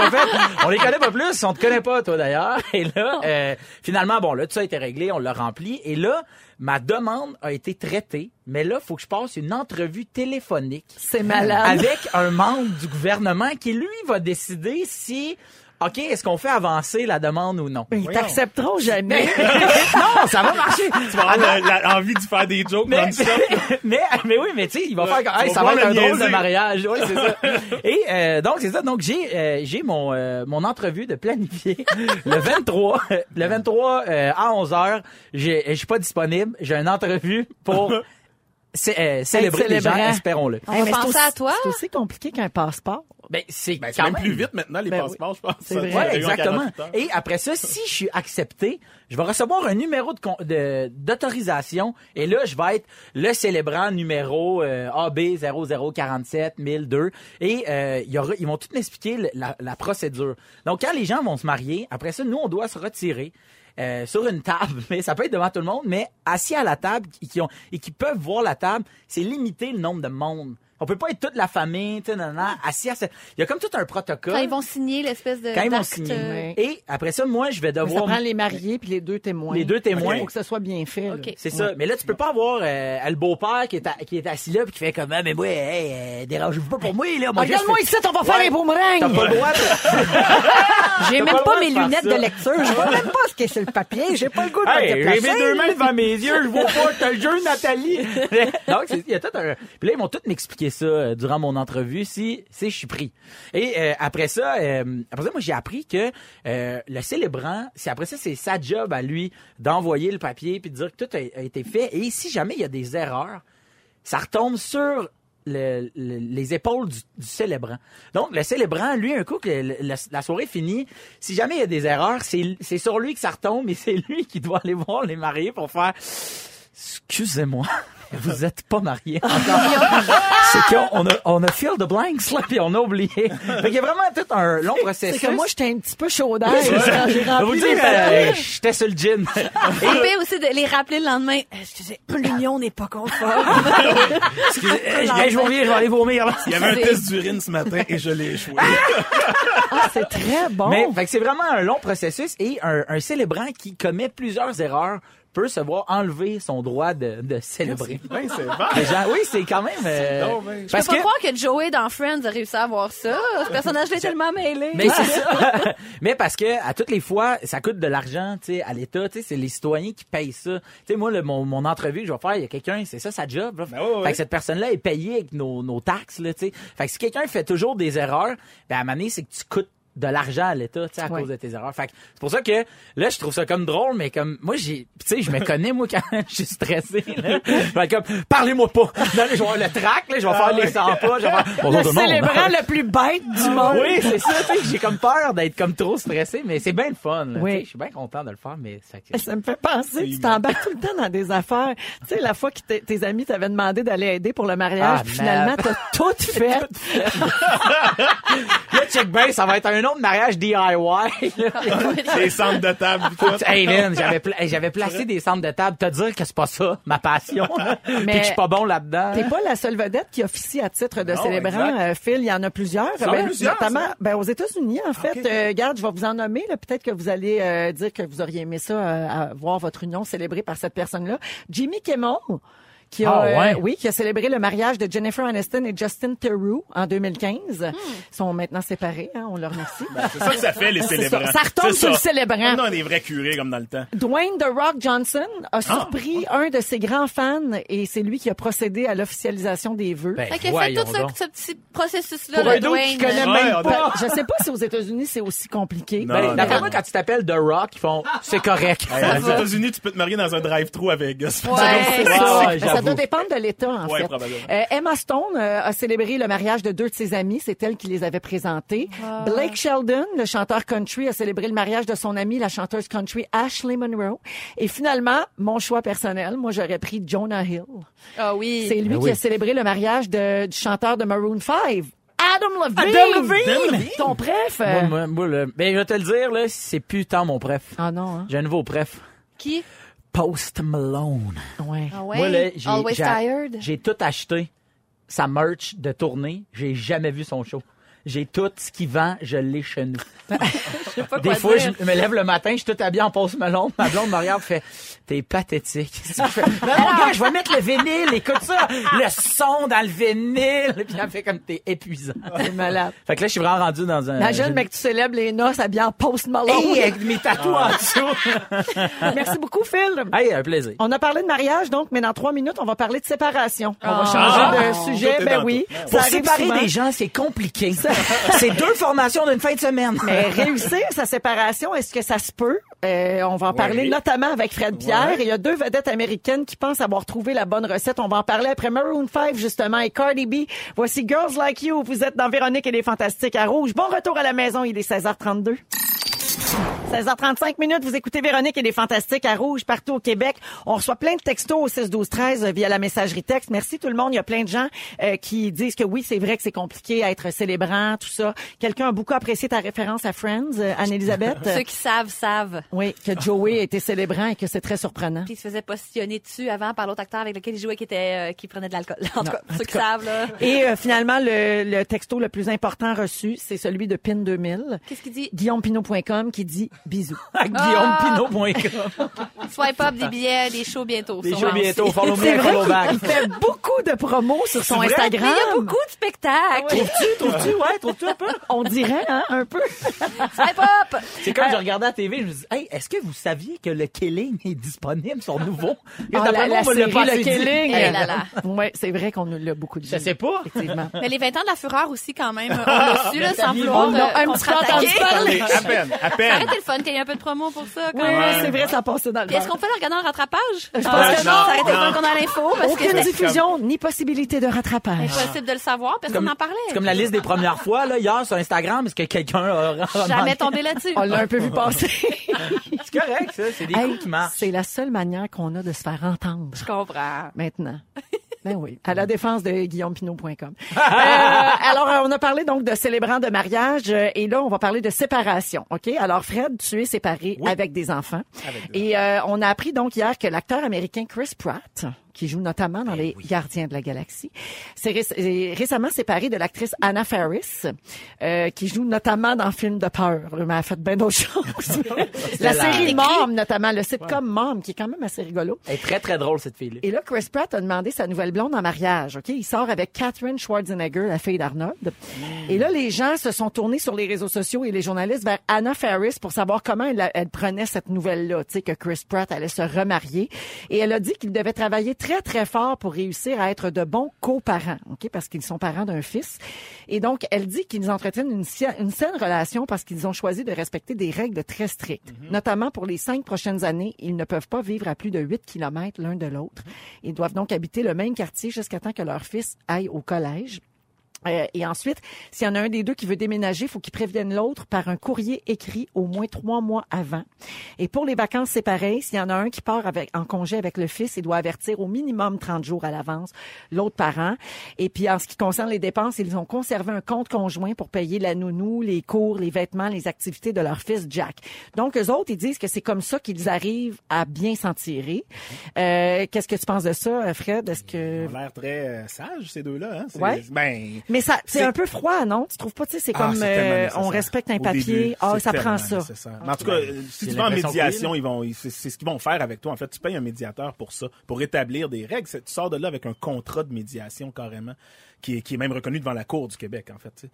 [SPEAKER 6] ont fait, on les connaît pas plus, on te connaît pas, toi d'ailleurs. Et là, euh, finalement, bon, là, tout ça a été réglé, on l'a rempli. Et là, ma demande a été traitée, mais là, faut que je passe une entrevue téléphonique
[SPEAKER 3] C'est malade.
[SPEAKER 6] avec un membre du gouvernement qui, lui, va décider si OK, est-ce qu'on fait avancer la demande ou non?
[SPEAKER 3] Ils
[SPEAKER 4] Voyons.
[SPEAKER 3] t'accepteront jamais.
[SPEAKER 6] non, ça va marcher.
[SPEAKER 4] Tu vas
[SPEAKER 3] Ah,
[SPEAKER 4] avoir la- la- envie de faire des jokes
[SPEAKER 6] Mais,
[SPEAKER 4] non-stop.
[SPEAKER 6] mais, mais oui, mais tu sais, il va faire comme,
[SPEAKER 4] Tu
[SPEAKER 6] hey,
[SPEAKER 4] vas
[SPEAKER 6] ça va être
[SPEAKER 4] pouvoir
[SPEAKER 6] un
[SPEAKER 4] le
[SPEAKER 6] drôle de
[SPEAKER 4] niaiser.
[SPEAKER 6] mariage. Oui, c'est ça. Et euh, donc, c'est ça. Donc, j'ai euh, j'ai mon, euh, mon entrevue de planifier le 23, euh, le 23 euh, à 11 h J'ai- Je suis pas disponible. J'ai une entrevue pour cé- euh, célébrer les gens,
[SPEAKER 3] célébrant.
[SPEAKER 6] espérons-le.
[SPEAKER 5] On va
[SPEAKER 3] c'est
[SPEAKER 5] penser
[SPEAKER 3] aussi-
[SPEAKER 5] à toi.
[SPEAKER 3] C'est aussi compliqué qu'un passeport.
[SPEAKER 6] Ben, c'est
[SPEAKER 4] Ben, c'est
[SPEAKER 6] quand
[SPEAKER 4] même plus vite maintenant, les
[SPEAKER 3] Ben oui.
[SPEAKER 4] passeports, je pense.
[SPEAKER 3] C'est
[SPEAKER 4] Ça,
[SPEAKER 3] vrai.
[SPEAKER 4] tu
[SPEAKER 6] Ouais,
[SPEAKER 4] l'as eu en 48
[SPEAKER 6] exactement.
[SPEAKER 4] heures.
[SPEAKER 6] Et après ça, si je suis accepté, je vais recevoir un numéro de con- de- d'autorisation et là, je vais être le célébrant numéro euh, AB 0047 1002 et euh, il y aura- ils vont tout m'expliquer le- la, la procédure. Donc, quand les gens vont se marier, après ça, nous, on doit se retirer. euh, sur une table, mais ça peut être devant tout le monde, mais assis à la table qui, qui ont, et qui peuvent voir la table, c'est limité le nombre de monde. On peut pas être toute la famille, tu sais, nanana, assis à ce- Il y a comme tout un protocole.
[SPEAKER 5] Quand ils vont signer l'espèce de.
[SPEAKER 6] Quand ils vont
[SPEAKER 5] d'acte,
[SPEAKER 6] signer.
[SPEAKER 5] euh,
[SPEAKER 3] Ouais.
[SPEAKER 6] Et après ça, moi, je vais
[SPEAKER 3] Mais ça
[SPEAKER 6] devoir.
[SPEAKER 3] prend les mariés puis les deux témoins.
[SPEAKER 6] Les deux témoins.
[SPEAKER 3] Il faut que ça soit bien fait. là. Ah,
[SPEAKER 5] OK.
[SPEAKER 6] C'est ça. Mais là, tu peux pas avoir euh, le beau-père qui est, à- qui est assis là puis qui fait comme ah, mais moi, hey, euh, dérangez-vous pas pour moi là. Moi,
[SPEAKER 3] Ah, Regarde-moi
[SPEAKER 6] juste-
[SPEAKER 3] ici, on va faire
[SPEAKER 6] Ouais.
[SPEAKER 3] un
[SPEAKER 6] T'as
[SPEAKER 3] boomerang.
[SPEAKER 6] pas le droit. de-
[SPEAKER 3] J'ai
[SPEAKER 6] t'as
[SPEAKER 3] même
[SPEAKER 6] pas le droit
[SPEAKER 3] pas mes
[SPEAKER 6] de faire
[SPEAKER 3] lunettes
[SPEAKER 6] ça.
[SPEAKER 3] de lecture. Je vois même pas ce qui est sur le papier. J'ai pas le goût de me
[SPEAKER 6] Hey, j'ai
[SPEAKER 3] déplacer.
[SPEAKER 6] mes deux mains devant mes yeux, je vois pas, t'as le jeu, Nathalie. Donc, c'est- il y a tout un... Puis là, ils m'ont tout m'expliqué ça euh, durant mon entrevue, si, si je suis pris. Et euh, après ça, euh, après ça, moi, j'ai appris que euh, le célébrant, c'est après ça, c'est sa job à lui d'envoyer le papier puis de dire que tout a, a été fait. Et si jamais il y a des erreurs, ça retombe sur le- le- les épaules du, du célébrant. Donc, le célébrant, lui, un coup que le- le- la soirée finie, si jamais il y a des erreurs, c'est c'est sur lui que ça retombe et c'est lui qui doit aller voir les mariés pour faire « Excusez-moi, vous êtes pas mariés.
[SPEAKER 3] Ah,
[SPEAKER 6] encore. » C'est qu'on on a, on a fill the blanks, là, puis on a oublié. Fait qu'il y a vraiment tout un long
[SPEAKER 3] C'est
[SPEAKER 6] processus.
[SPEAKER 3] que moi, j'étais un petit peu chaud d'air quand
[SPEAKER 6] Je
[SPEAKER 3] j'ai
[SPEAKER 6] vais vous
[SPEAKER 3] rempli
[SPEAKER 6] dire,
[SPEAKER 3] les
[SPEAKER 6] euh, j'étais sur le gin.
[SPEAKER 5] On peut aussi de les rappeler le lendemain. Euh, excusez, L'union n'est pas conforme.
[SPEAKER 6] Excusez, euh, je vais- je vais vomir, je vais aller vomir, là.
[SPEAKER 4] Il y avait un test d'urine ce matin et je l'ai échoué.
[SPEAKER 3] Ah, c'est très bon.
[SPEAKER 6] Mais fait que c'est vraiment un long processus et un, un célébrant qui commet plusieurs erreurs peut se voir enlever son droit de, de célébrer.
[SPEAKER 4] Ben, c'est
[SPEAKER 6] Les
[SPEAKER 4] vrai.
[SPEAKER 6] gens- oui, c'est quand même. euh,
[SPEAKER 4] donc bien-
[SPEAKER 5] Je peux
[SPEAKER 6] parce que.
[SPEAKER 5] pas croire que Joey dans Friends a réussi à avoir ça. Ce personnage-là est tellement mêlé.
[SPEAKER 6] Mais c'est ça. Mais parce que à toutes les fois, ça coûte de l'argent, tu sais, à l'État, tu sais, c'est les citoyens qui payent ça. Tu sais, moi, le, mon, mon entrevue que je vais faire, il y a quelqu'un, c'est ça sa job. Là.
[SPEAKER 4] Ben ouais, ouais.
[SPEAKER 6] Fait que cette personne-là est payée avec nos, nos taxes, là, tu sais. Fait que si quelqu'un fait toujours des erreurs, ben à un moment donné, c'est que tu coûtes de l'argent à l'État, tu sais, à
[SPEAKER 3] Ouais.
[SPEAKER 6] cause de tes erreurs. Fait que c'est pour ça que là, je trouve ça comme drôle, mais comme moi, j'ai, tu sais, je me connais moi quand je suis stressé. Là. Fait que comme, parlez-moi pas. Non, là, je vais avoir le track, là, je vais faire les 100 pas, je vais faire
[SPEAKER 3] le
[SPEAKER 6] Bonjour tout monde.
[SPEAKER 3] célébrant le plus bête du monde.
[SPEAKER 6] Oui, c'est ça, tu sais, j'ai comme peur d'être comme trop stressé, mais c'est bien le fun. là,
[SPEAKER 3] Oui.
[SPEAKER 6] tu sais, Je suis bien content de le faire, mais ça fait que-
[SPEAKER 3] Ça me fait penser, tu t'embarques tout le temps dans des affaires. Tu sais, la fois que t'es- tes amis t'avaient demandé d'aller aider pour le mariage,
[SPEAKER 6] Ah,
[SPEAKER 3] puis
[SPEAKER 6] merde.
[SPEAKER 3] finalement, t'as tout fait.
[SPEAKER 6] Là, check bien, ça va être un autre mariage DIY. là.
[SPEAKER 4] Les centres de table, puis tout.
[SPEAKER 6] hey Lynn, j'avais pla- hey, j'avais placé des centres de table. Te dire que c'est pas ça, ma passion. là, Puis que je suis pas bon là-dedans.
[SPEAKER 3] T'es pas la seule vedette qui officie à titre de
[SPEAKER 4] Non,
[SPEAKER 3] célébrant,
[SPEAKER 4] exact.
[SPEAKER 3] euh, Phil. Il y en a plusieurs.
[SPEAKER 4] y en a
[SPEAKER 3] Ben,
[SPEAKER 4] plusieurs,
[SPEAKER 3] notamment,
[SPEAKER 4] ça.
[SPEAKER 3] ben, aux États-Unis, en fait. Euh, regarde, je vais vous en nommer. là. Peut-être que vous allez euh, dire que vous auriez aimé ça, euh, à voir votre union célébrée par cette personne-là. Jimmy Kimmel. Qui a,
[SPEAKER 6] Ah, ouais.
[SPEAKER 3] euh, oui, qui a célébré le mariage de Jennifer Aniston et Justin Theroux en 2015. Ils sont maintenant séparés, hein, on leur remercie.
[SPEAKER 4] C'est ça que ça fait, les célébrants.
[SPEAKER 3] ça. Ça retombe
[SPEAKER 4] C'est
[SPEAKER 3] sur le célébrant.
[SPEAKER 4] Non, on est vrais curés comme dans le temps.
[SPEAKER 3] Dwayne The Rock Johnson
[SPEAKER 4] Ah,
[SPEAKER 3] a surpris un de ses grands fans et c'est lui qui a procédé à l'officialisation des vœux.
[SPEAKER 6] Ben,
[SPEAKER 5] Fait que fait
[SPEAKER 6] voyons
[SPEAKER 5] tout ce,
[SPEAKER 6] donc.
[SPEAKER 5] ce petit processus-là.
[SPEAKER 3] Pour
[SPEAKER 5] de
[SPEAKER 3] un dos
[SPEAKER 5] Dwayne,
[SPEAKER 3] qui connaît
[SPEAKER 5] euh,
[SPEAKER 4] Ouais,
[SPEAKER 3] même
[SPEAKER 4] on
[SPEAKER 3] pas. Je sais pas si aux États-Unis c'est aussi compliqué.
[SPEAKER 4] Non.
[SPEAKER 6] Ben, d'après moi, quand tu t'appelles The Rock, ils font c'est correct.
[SPEAKER 4] Hey, aux États-Unis, tu peux te marier dans un drive-thru à Vegas.
[SPEAKER 5] Ouais.
[SPEAKER 6] Ah,
[SPEAKER 3] Mais Ben, ça
[SPEAKER 6] j'avoue.
[SPEAKER 3] doit dépendre de l'État, en
[SPEAKER 4] Ouais,
[SPEAKER 3] fait.
[SPEAKER 4] probablement.
[SPEAKER 3] Euh, Emma Stone euh, a célébré le mariage de deux de ses amis. C'est elle qui les avait présentés.
[SPEAKER 5] Ah.
[SPEAKER 3] Blake Sheldon, le chanteur country, a célébré le mariage de son amie, la chanteuse country Ashley Monroe. Et finalement, mon choix personnel, moi, j'aurais pris Jonah Hill.
[SPEAKER 5] Ah oui.
[SPEAKER 3] C'est lui
[SPEAKER 6] Ben
[SPEAKER 3] qui
[SPEAKER 6] oui.
[SPEAKER 3] a célébré le mariage de- du chanteur de Maroon 5. Adam Levine!
[SPEAKER 6] Adam Levine!
[SPEAKER 3] Ton préf!
[SPEAKER 6] Moi,
[SPEAKER 3] euh,
[SPEAKER 6] moi, moi, là, ben, je vais te le dire, là, c'est plus tant mon préf.
[SPEAKER 3] Ah non, hein?
[SPEAKER 6] J'ai un nouveau préf.
[SPEAKER 5] Qui?
[SPEAKER 6] Post Malone.
[SPEAKER 3] Ouais.
[SPEAKER 5] Ah ouais.
[SPEAKER 6] Moi, là, j'ai-
[SPEAKER 5] Always
[SPEAKER 6] j'ai-
[SPEAKER 5] tired.
[SPEAKER 6] J'ai tout acheté. Sa merch de tournée, j'ai jamais vu son show. J'ai tout ce qui vend, je l'ai chez nous.
[SPEAKER 5] Je sais pas
[SPEAKER 6] Des
[SPEAKER 5] quoi
[SPEAKER 6] fois,
[SPEAKER 5] dire.
[SPEAKER 6] je me lève le matin, je suis tout habillé en pause melon. Ma blonde me regarde, fait T'es pathétique. Qu'est-ce que je fais? Non, non, gars, je vais mettre le vinyle, écoute ça. Le son dans le vinyle. Puis elle fait comme T'es épuisant.
[SPEAKER 3] C'est malade.
[SPEAKER 6] Fait que là, je suis vraiment rendu dans un.
[SPEAKER 3] Imagine, mec, tu célèbres les noces habillé en post Malone.
[SPEAKER 6] Euh, Hey, avec mes tatous en dessous.
[SPEAKER 3] Merci beaucoup, Phil.
[SPEAKER 6] Hey, un plaisir.
[SPEAKER 3] On a parlé de mariage, donc, mais dans trois minutes, on va parler de séparation. On va
[SPEAKER 5] Ah.
[SPEAKER 3] changer de
[SPEAKER 4] Ah. Tout
[SPEAKER 3] sujet,
[SPEAKER 4] est
[SPEAKER 3] ben
[SPEAKER 4] dans
[SPEAKER 3] oui.
[SPEAKER 4] tout.
[SPEAKER 3] Ça
[SPEAKER 6] Pour
[SPEAKER 3] arrive
[SPEAKER 6] séparer
[SPEAKER 3] souvent.
[SPEAKER 6] des gens, c'est compliqué. c'est deux formations d'une fin de semaine.
[SPEAKER 3] Mais réussir sa séparation, est-ce que ça se peut? Euh, on va en parler notamment avec Fred Pierre. Il y a deux vedettes américaines qui pensent avoir trouvé la bonne recette. On va en parler après Maroon 5, justement, et Cardi B. Voici Girls Like You. Vous êtes dans Véronique et les Fantastiques à Rouge. Bon retour à la maison. Il est 16h32. 16h35 minutes, vous écoutez Véronique et les Fantastiques à Rouge partout au Québec. On reçoit plein de textos au 6 12 13 euh, via la messagerie texte. Merci tout le monde, il y a plein de gens euh, qui disent que oui, c'est vrai que c'est compliqué à être célébrant, tout ça. Quelqu'un a beaucoup apprécié ta référence à Friends, euh, Anne-Elisabeth.
[SPEAKER 5] Ceux qui savent, savent.
[SPEAKER 3] oui, que Joey était célébrant et que c'est très surprenant.
[SPEAKER 5] Puis il se faisait positionner dessus avant par l'autre acteur avec lequel il jouait qui, était, euh, qui prenait de l'alcool. En tout cas, ceux qui savent, là.
[SPEAKER 3] Et euh, finalement, le, le texto le plus important reçu, c'est celui de PIN2000.
[SPEAKER 5] Qu'est-ce qu'il dit?
[SPEAKER 3] GuillaumePinot.com qui dit bisous.
[SPEAKER 6] À guillaumepinot.com.
[SPEAKER 5] Swipe up des billets, des shows bientôt.
[SPEAKER 6] Des shows
[SPEAKER 5] sûrement
[SPEAKER 6] bientôt,
[SPEAKER 5] aussi.
[SPEAKER 6] follow me, follow back.
[SPEAKER 3] Il fait beaucoup de promos sur son
[SPEAKER 6] vrai?
[SPEAKER 3] Instagram.
[SPEAKER 5] Mais il y a beaucoup de spectacles.
[SPEAKER 6] Trouves-tu, trouves-tu, ouais, trouves-tu un peu?
[SPEAKER 3] Euh. On dirait, hein, un peu.
[SPEAKER 5] Swipe up!
[SPEAKER 6] C'est comme je regardais à la TV, je me dis, hey, est-ce que vous saviez que le Killing est disponible sur nouveau? Et
[SPEAKER 3] Ah,
[SPEAKER 6] d'après moi, on va le passer dit.
[SPEAKER 3] Killing.
[SPEAKER 5] Eh là là.
[SPEAKER 3] Oui, c'est vrai qu'on nous l'a beaucoup dit.
[SPEAKER 6] Je sais pas. Ah
[SPEAKER 3] Effectivement.
[SPEAKER 5] Mais les 20 ans de la fureur aussi, quand même, on l'a su, là, sans vouloir
[SPEAKER 3] on a
[SPEAKER 5] euh,
[SPEAKER 3] un petit peu entendu
[SPEAKER 5] contre-attaquer.
[SPEAKER 3] parler.
[SPEAKER 4] Allez, à peine, à
[SPEAKER 5] Ça
[SPEAKER 4] peine.
[SPEAKER 5] aurait été le fun qu'il y ait un peu de promo pour ça,
[SPEAKER 3] Oui,
[SPEAKER 5] quand même.
[SPEAKER 3] oui, c'est vrai, ça a passé dans le
[SPEAKER 5] Puis est-ce
[SPEAKER 3] beurre.
[SPEAKER 5] qu'on peut le regarder en rattrapage? Je
[SPEAKER 3] pense que
[SPEAKER 5] non. Ça aurait été le fun
[SPEAKER 4] non,
[SPEAKER 5] qu'on a l'info, parce que
[SPEAKER 3] Aucune
[SPEAKER 5] c'était
[SPEAKER 3] diffusion, ni possibilité de rattrapage.
[SPEAKER 5] impossible de le savoir, personne n'en parlait.
[SPEAKER 6] C'est comme la liste des premières fois, là, hier, sur Instagram, est-ce que quelqu'un a
[SPEAKER 5] Jamais tombé là-dessus.
[SPEAKER 3] On l'a un peu vu passer.
[SPEAKER 6] C'est correct, ça. C'est des
[SPEAKER 3] Hey,
[SPEAKER 6] coups qui marchent.
[SPEAKER 3] c'est la seule manière qu'on a de se faire entendre.
[SPEAKER 5] Je comprends.
[SPEAKER 3] maintenant. Ben oui, à la défense de guillaumepinot.com. Euh, alors, euh, on a parlé donc de célébrants de mariage euh, et là, on va parler de séparation, OK? Alors, Fred, tu es séparé avec des enfants. et euh, on a appris donc hier que l'acteur américain Chris Pratt, qui joue notamment dans Les Gardiens de la Galaxie, s'est réc- est récemment séparé de l'actrice Anna Faris, euh, qui joue notamment dans Film de peur. là, mais elle a fait bien d'autres choses. la
[SPEAKER 6] la-
[SPEAKER 3] série Mom, notamment, le sitcom Mom, qui est quand même assez rigolo.
[SPEAKER 6] Elle est très, très drôle, cette fille-là.
[SPEAKER 3] Et là, Chris Pratt a demandé sa nouvelle blonde en mariage. Ok, il sort avec Catherine Schwarzenegger, la fille d'Arnold. Et là, les gens se sont tournés sur les réseaux sociaux et les journalistes vers Anna Faris pour savoir comment elle, elle prenait cette nouvelle-là, tu sais, que Chris Pratt allait se remarier. Et elle a dit qu'il devait travailler très très fort pour réussir à être de bons coparents, ok, parce qu'ils sont parents d'un fils. Et donc, elle dit qu'ils entretiennent une, si- une saine relation parce qu'ils ont choisi de respecter des règles très strictes, notamment pour les cinq prochaines années, ils ne peuvent pas vivre à plus de 8 kilomètres l'un de l'autre. Ils doivent donc habiter le même quartier jusqu'à temps que leur fils aille au collège. Euh, et ensuite, s'il y en a un des deux qui veut déménager, il faut qu'il prévienne l'autre par un courrier écrit au moins trois mois avant. Et pour les vacances, c'est pareil. S'il y en a un qui part avec, en congé avec le fils, il doit avertir au minimum 30 jours à l'avance l'autre parent. Et puis, en ce qui concerne les dépenses, ils ont conservé un compte conjoint pour payer la nounou, les cours, les vêtements, les activités de leur fils Jack. Donc, eux autres, ils disent que c'est comme ça qu'ils arrivent à bien s'en tirer. Euh, Qu'est-ce que tu penses de ça, Fred? Est-ce que...
[SPEAKER 4] Ils ont l'air très euh, sages, ces deux-là. Hein? C'est-
[SPEAKER 3] Ouais.
[SPEAKER 4] Ben,
[SPEAKER 3] Mais ça, c'est
[SPEAKER 4] C'est-
[SPEAKER 3] un peu froid, non? Tu trouves pas, tu sais, c'est
[SPEAKER 4] Ah,
[SPEAKER 3] comme
[SPEAKER 4] c'est tellement
[SPEAKER 3] euh,
[SPEAKER 4] nécessaire.
[SPEAKER 3] on respecte un
[SPEAKER 4] Au
[SPEAKER 3] papier,
[SPEAKER 4] début,
[SPEAKER 3] ah,
[SPEAKER 4] c'est
[SPEAKER 3] ça prend
[SPEAKER 4] tellement
[SPEAKER 3] ça.
[SPEAKER 4] nécessaire. Mais en tout cas, euh, si
[SPEAKER 6] C'est
[SPEAKER 4] tu vas en
[SPEAKER 6] l'impression
[SPEAKER 4] médiation, ils vont, ils- c'est c'est ce qu'ils vont faire avec toi. En fait, tu payes un médiateur pour ça, pour établir des règles. C'est- Tu sors de là avec un contrat de médiation carrément, qui est, qui est même reconnu devant la Cour du Québec, en fait. tu sais.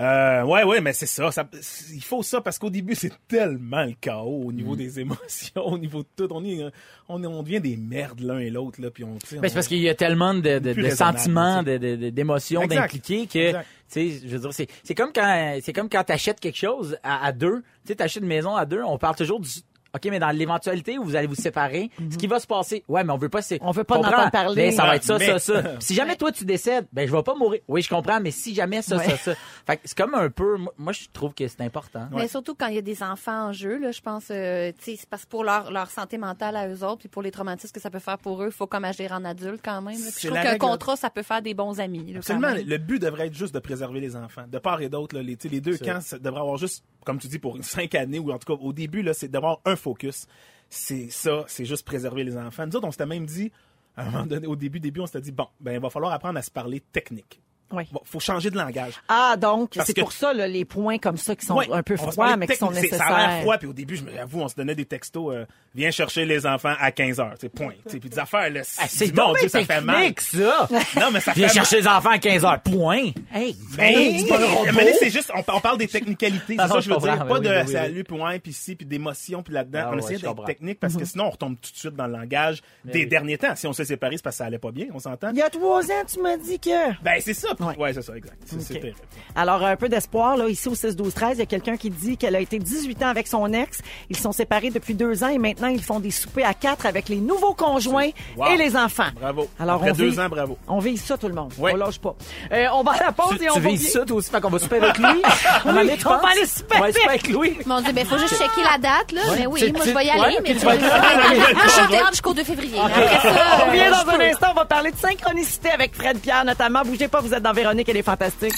[SPEAKER 4] Euh, ouais, ouais, mais c'est ça, ça- c'est- Il faut ça parce qu'au début, c'est tellement le chaos au
[SPEAKER 6] Mm.
[SPEAKER 4] niveau des émotions, au niveau de tout. On, est, euh, on, est- on devient des merdes l'un et l'autre, là, puis on, tu sais,
[SPEAKER 6] Ben, c'est
[SPEAKER 4] on-
[SPEAKER 6] parce qu'il y a tellement de, de-
[SPEAKER 4] Plus
[SPEAKER 6] de
[SPEAKER 4] raisonnable,
[SPEAKER 6] sentiments,
[SPEAKER 4] tu
[SPEAKER 6] de- de- de- d'émotions,
[SPEAKER 4] Exact.
[SPEAKER 6] d'impliqués que, tu
[SPEAKER 4] Exact.
[SPEAKER 6] sais, je veux dire, c'est, c'est comme quand, c'est comme quand t'achètes quelque chose à, à deux. Tu sais, t'achètes une maison à deux, on parle toujours du, OK, mais dans l'éventualité où vous allez vous séparer,
[SPEAKER 4] Mm-hmm.
[SPEAKER 6] ce qui va se passer, ouais, mais on veut pas, c'est,
[SPEAKER 3] On veut pas en
[SPEAKER 6] comprends?
[SPEAKER 3] entendre parler.
[SPEAKER 6] Ben, ça
[SPEAKER 4] Non,
[SPEAKER 6] va être ça,
[SPEAKER 4] mais-
[SPEAKER 6] ça, ça. Puis si jamais toi tu décèdes, ben, je vais pas mourir. Oui, je comprends, mais si jamais ça,
[SPEAKER 3] Ouais.
[SPEAKER 6] ça, ça. Fait que c'est comme un peu, moi, moi, je trouve que c'est important.
[SPEAKER 5] Mais surtout quand il y a des enfants en jeu, là, je pense, euh, tu sais, c'est parce que pour leur, leur santé mentale à eux autres, puis pour les traumatismes que ça peut faire pour eux, il faut comme agir en adulte quand même. là. Puis
[SPEAKER 4] C'est
[SPEAKER 5] je trouve
[SPEAKER 4] la
[SPEAKER 5] qu'un
[SPEAKER 4] règle.
[SPEAKER 5] contrat, ça peut faire des bons amis. là, quand
[SPEAKER 4] Absolument.
[SPEAKER 5] même.
[SPEAKER 4] Le but devrait être juste de préserver les enfants. De part et d'autre, là, les, tu sais, les deux camps, ça devrait avoir juste, comme tu dis, pour cinq années, ou en tout cas, au début, là, c'est d'avoir un focus. C'est ça, c'est juste préserver les enfants. Nous autres, on s'était même dit, à un moment donné, au début, début, on s'était dit, bon, ben, il va falloir apprendre à se parler technique.
[SPEAKER 3] Oui.
[SPEAKER 4] Bon, faut changer de langage.
[SPEAKER 3] Ah, donc,
[SPEAKER 4] Parce
[SPEAKER 3] c'est
[SPEAKER 4] que-
[SPEAKER 3] pour ça là, les points comme ça qui sont
[SPEAKER 4] Ouais,
[SPEAKER 3] un peu
[SPEAKER 4] on va se
[SPEAKER 3] froids, mais
[SPEAKER 4] parler
[SPEAKER 3] qui sont
[SPEAKER 4] technique. C'est-
[SPEAKER 3] nécessaires.
[SPEAKER 4] Ça a l'air froid, puis au début, je me avoue, on se donnait des textos, euh, viens chercher les enfants à 15 heures, tu sais, point. Tu sais, Puis des affaires, là,
[SPEAKER 6] Ah,
[SPEAKER 4] c'est
[SPEAKER 6] donc
[SPEAKER 4] mon
[SPEAKER 6] bien
[SPEAKER 4] Dieu, ça fait mal.
[SPEAKER 6] technique, ça!
[SPEAKER 4] Non, mais ça fait
[SPEAKER 6] Viens
[SPEAKER 4] mal.
[SPEAKER 6] chercher les enfants à 15h, point!
[SPEAKER 3] Hey,
[SPEAKER 4] Mais,
[SPEAKER 6] c'est pas un robot.
[SPEAKER 4] mais là, c'est juste, on, on parle des technicalités,
[SPEAKER 6] Ah non,
[SPEAKER 4] c'est ça que je veux
[SPEAKER 6] je comprends,
[SPEAKER 4] dire.
[SPEAKER 6] mais
[SPEAKER 4] Pas
[SPEAKER 6] oui,
[SPEAKER 4] de
[SPEAKER 6] oui, oui,
[SPEAKER 4] salut,
[SPEAKER 6] oui.
[SPEAKER 4] puis ouais, puis si, puis d'émotion, puis là-dedans.
[SPEAKER 6] Ah
[SPEAKER 4] on
[SPEAKER 6] ouais,
[SPEAKER 4] essayait
[SPEAKER 6] je
[SPEAKER 4] d'être
[SPEAKER 6] comprends. Mm-hmm.
[SPEAKER 4] technique parce que sinon, on retombe tout de suite dans le langage des
[SPEAKER 6] oui.
[SPEAKER 4] derniers temps. Si on s'est séparés, c'est parce que ça allait pas bien, on s'entend?
[SPEAKER 3] il y a trois ans, tu m'as dit que...
[SPEAKER 4] Ben, c'est ça. puis-
[SPEAKER 3] Ouais.
[SPEAKER 4] Ouais, c'est ça, exact. C'est c'est terrible.
[SPEAKER 3] Alors, un peu d'espoir, là, ici au 6-12-13, il y a quelqu'un qui dit qu'elle a été 18 ans avec son ex. Ils sont séparés depuis deux ans et maintenant, ils font des soupers à quatre avec les nouveaux conjoints
[SPEAKER 4] Wow.
[SPEAKER 3] et les enfants.
[SPEAKER 4] Bravo.
[SPEAKER 3] Alors,
[SPEAKER 4] Après
[SPEAKER 3] on
[SPEAKER 4] deux
[SPEAKER 3] vise-
[SPEAKER 4] ans, bravo.
[SPEAKER 3] On vise ça, tout le monde.
[SPEAKER 4] Ouais.
[SPEAKER 3] On lâche pas. Euh, on va à la pause
[SPEAKER 6] Tu,
[SPEAKER 3] et on
[SPEAKER 6] tu
[SPEAKER 3] va...
[SPEAKER 6] vis ça, toi aussi, fait qu'on va super avec lui? on va aller, tu
[SPEAKER 3] on va
[SPEAKER 6] penses?
[SPEAKER 3] aller souper
[SPEAKER 6] On va aller souper
[SPEAKER 3] avec
[SPEAKER 6] avec lui!
[SPEAKER 5] Ils m'ont dit, ben, faut juste checker la date, là. Mais oui,
[SPEAKER 6] C'est-
[SPEAKER 5] moi, je
[SPEAKER 6] c'est-
[SPEAKER 5] vais y aller.
[SPEAKER 6] ouais,
[SPEAKER 5] mais
[SPEAKER 6] ok, tu vas-
[SPEAKER 5] je suis au théâtre jusqu'au 2 février. mais Après ça,
[SPEAKER 3] On
[SPEAKER 5] euh,
[SPEAKER 3] revient
[SPEAKER 5] je
[SPEAKER 3] dans
[SPEAKER 5] peux.
[SPEAKER 3] un instant. On va parler de synchronicité avec Fred Pierre, notamment. Bougez pas, vous êtes dans Véronique, elle est fantastique.